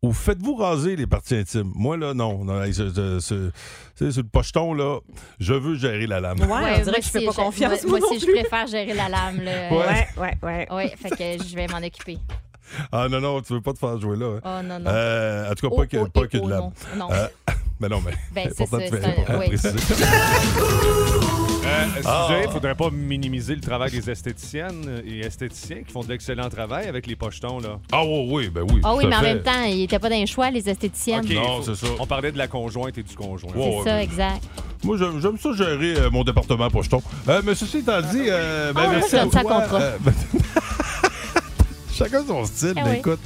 S3: Ou faites-vous raser les parties intimes? Moi, là, non. non hey, ce- ce- ce- tu sais, sur le pocheton, là, je veux gérer la lame.
S6: Ouais,
S7: on dirait
S6: moi
S7: que je fais
S6: aussi,
S7: pas confiance,
S6: Moi,
S7: moi
S6: moi
S7: non
S6: aussi, je
S7: plus.
S6: préfère gérer la lame. Là.
S3: Ouais.
S7: ouais, ouais.
S6: Ouais, fait que je vais m'en occuper.
S3: Ah non, non, tu veux pas te faire jouer là. hein?
S6: Oh, non, non.
S3: Euh, en tout cas,
S6: Oh,
S3: pas que,
S6: oh,
S3: pas
S6: et
S3: que
S6: oh,
S3: de lame.
S6: non, non.
S3: Euh, mais non, mais.
S6: Ben, c'est
S3: important
S6: ça,
S3: de faire-
S6: c'est un-
S3: important de
S6: oui.
S3: préciser.
S15: Euh, excusez,
S3: Ah.
S15: faudrait pas minimiser le travail des esthéticiennes et esthéticiens qui font de l'excellent travail avec les pochetons, là.
S3: Ah oui, oui, ben oui.
S6: Ah oui,
S15: tout à
S6: mais en
S15: fait.
S6: même temps, il n'était pas dans les choix, les esthéticiennes.
S15: OK, faut-
S3: c'est ça.
S15: On parlait de la conjointe et du conjoint.
S6: C'est ça, exact.
S3: Moi, j'aime j'aime ça gérer euh, mon département pocheton. Euh, mais ceci étant dit, euh, ben,
S6: Ah,
S3: merci
S6: ça,
S3: à
S6: ça
S3: toi.
S6: comptera.
S3: Euh, ben, <laughs> Chacun son style,
S6: Eh
S3: ben,
S6: oui.
S3: écoute.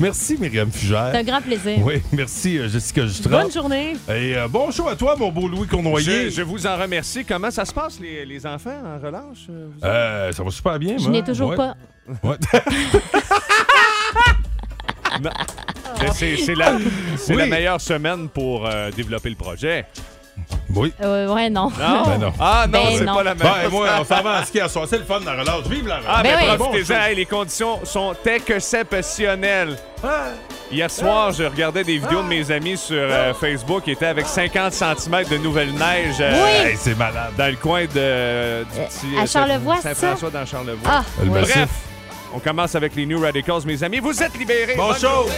S3: Merci Myriam Fugère.
S6: C'est un grand plaisir.
S3: Oui, merci euh, Jessica Jutra.
S7: Bonne journée.
S3: Et euh, bon show à toi, mon beau Louis
S15: Je,
S3: Cournoyer.
S15: je vous en remercie. Comment ça se passe, les, les enfants, en relâche? euh, vous-
S3: Euh, ça va super bien,
S6: Je
S3: moi.
S6: n'ai toujours
S3: Ouais.
S6: pas.
S3: <laughs> Ouais.
S15: Non. Mais c'est c'est la, c'est
S3: Oui.
S15: la meilleure semaine pour euh, développer le projet.
S3: Oui.
S6: Euh, ouais, non.
S15: Non?
S3: Ben non.
S15: Ah non,
S6: <laughs> Ben
S15: c'est
S6: non.
S15: pas la même.
S3: Ben, moi, on s'en va à ski à soir. C'est le fun de la relâche. Vive la relâche.
S15: Ah,
S6: Ben
S15: ben,
S6: oui.
S15: profitez-en. Hey, les conditions sont telles que exceptionnelles. Hier soir, je regardais des vidéos de mes amis sur euh, Facebook qui étaient avec 50 cm de nouvelle neige euh,
S6: Oui.
S3: Hey, c'est malade.
S15: dans le coin de, du petit,
S6: à
S15: euh,
S6: Charlevoix, c'est ça?
S15: Saint-François dans Charlevoix.
S6: Ah,
S3: Le
S6: oui.
S3: massif.
S15: Bref, on commence avec les New Radicals, mes amis. Vous êtes libérés.
S3: Bon
S15: Bonne
S3: show.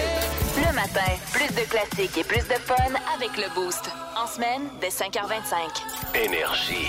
S1: Le matin, plus de classiques et plus de fun avec le Boost. En semaine, dès 5h25.
S2: Énergie.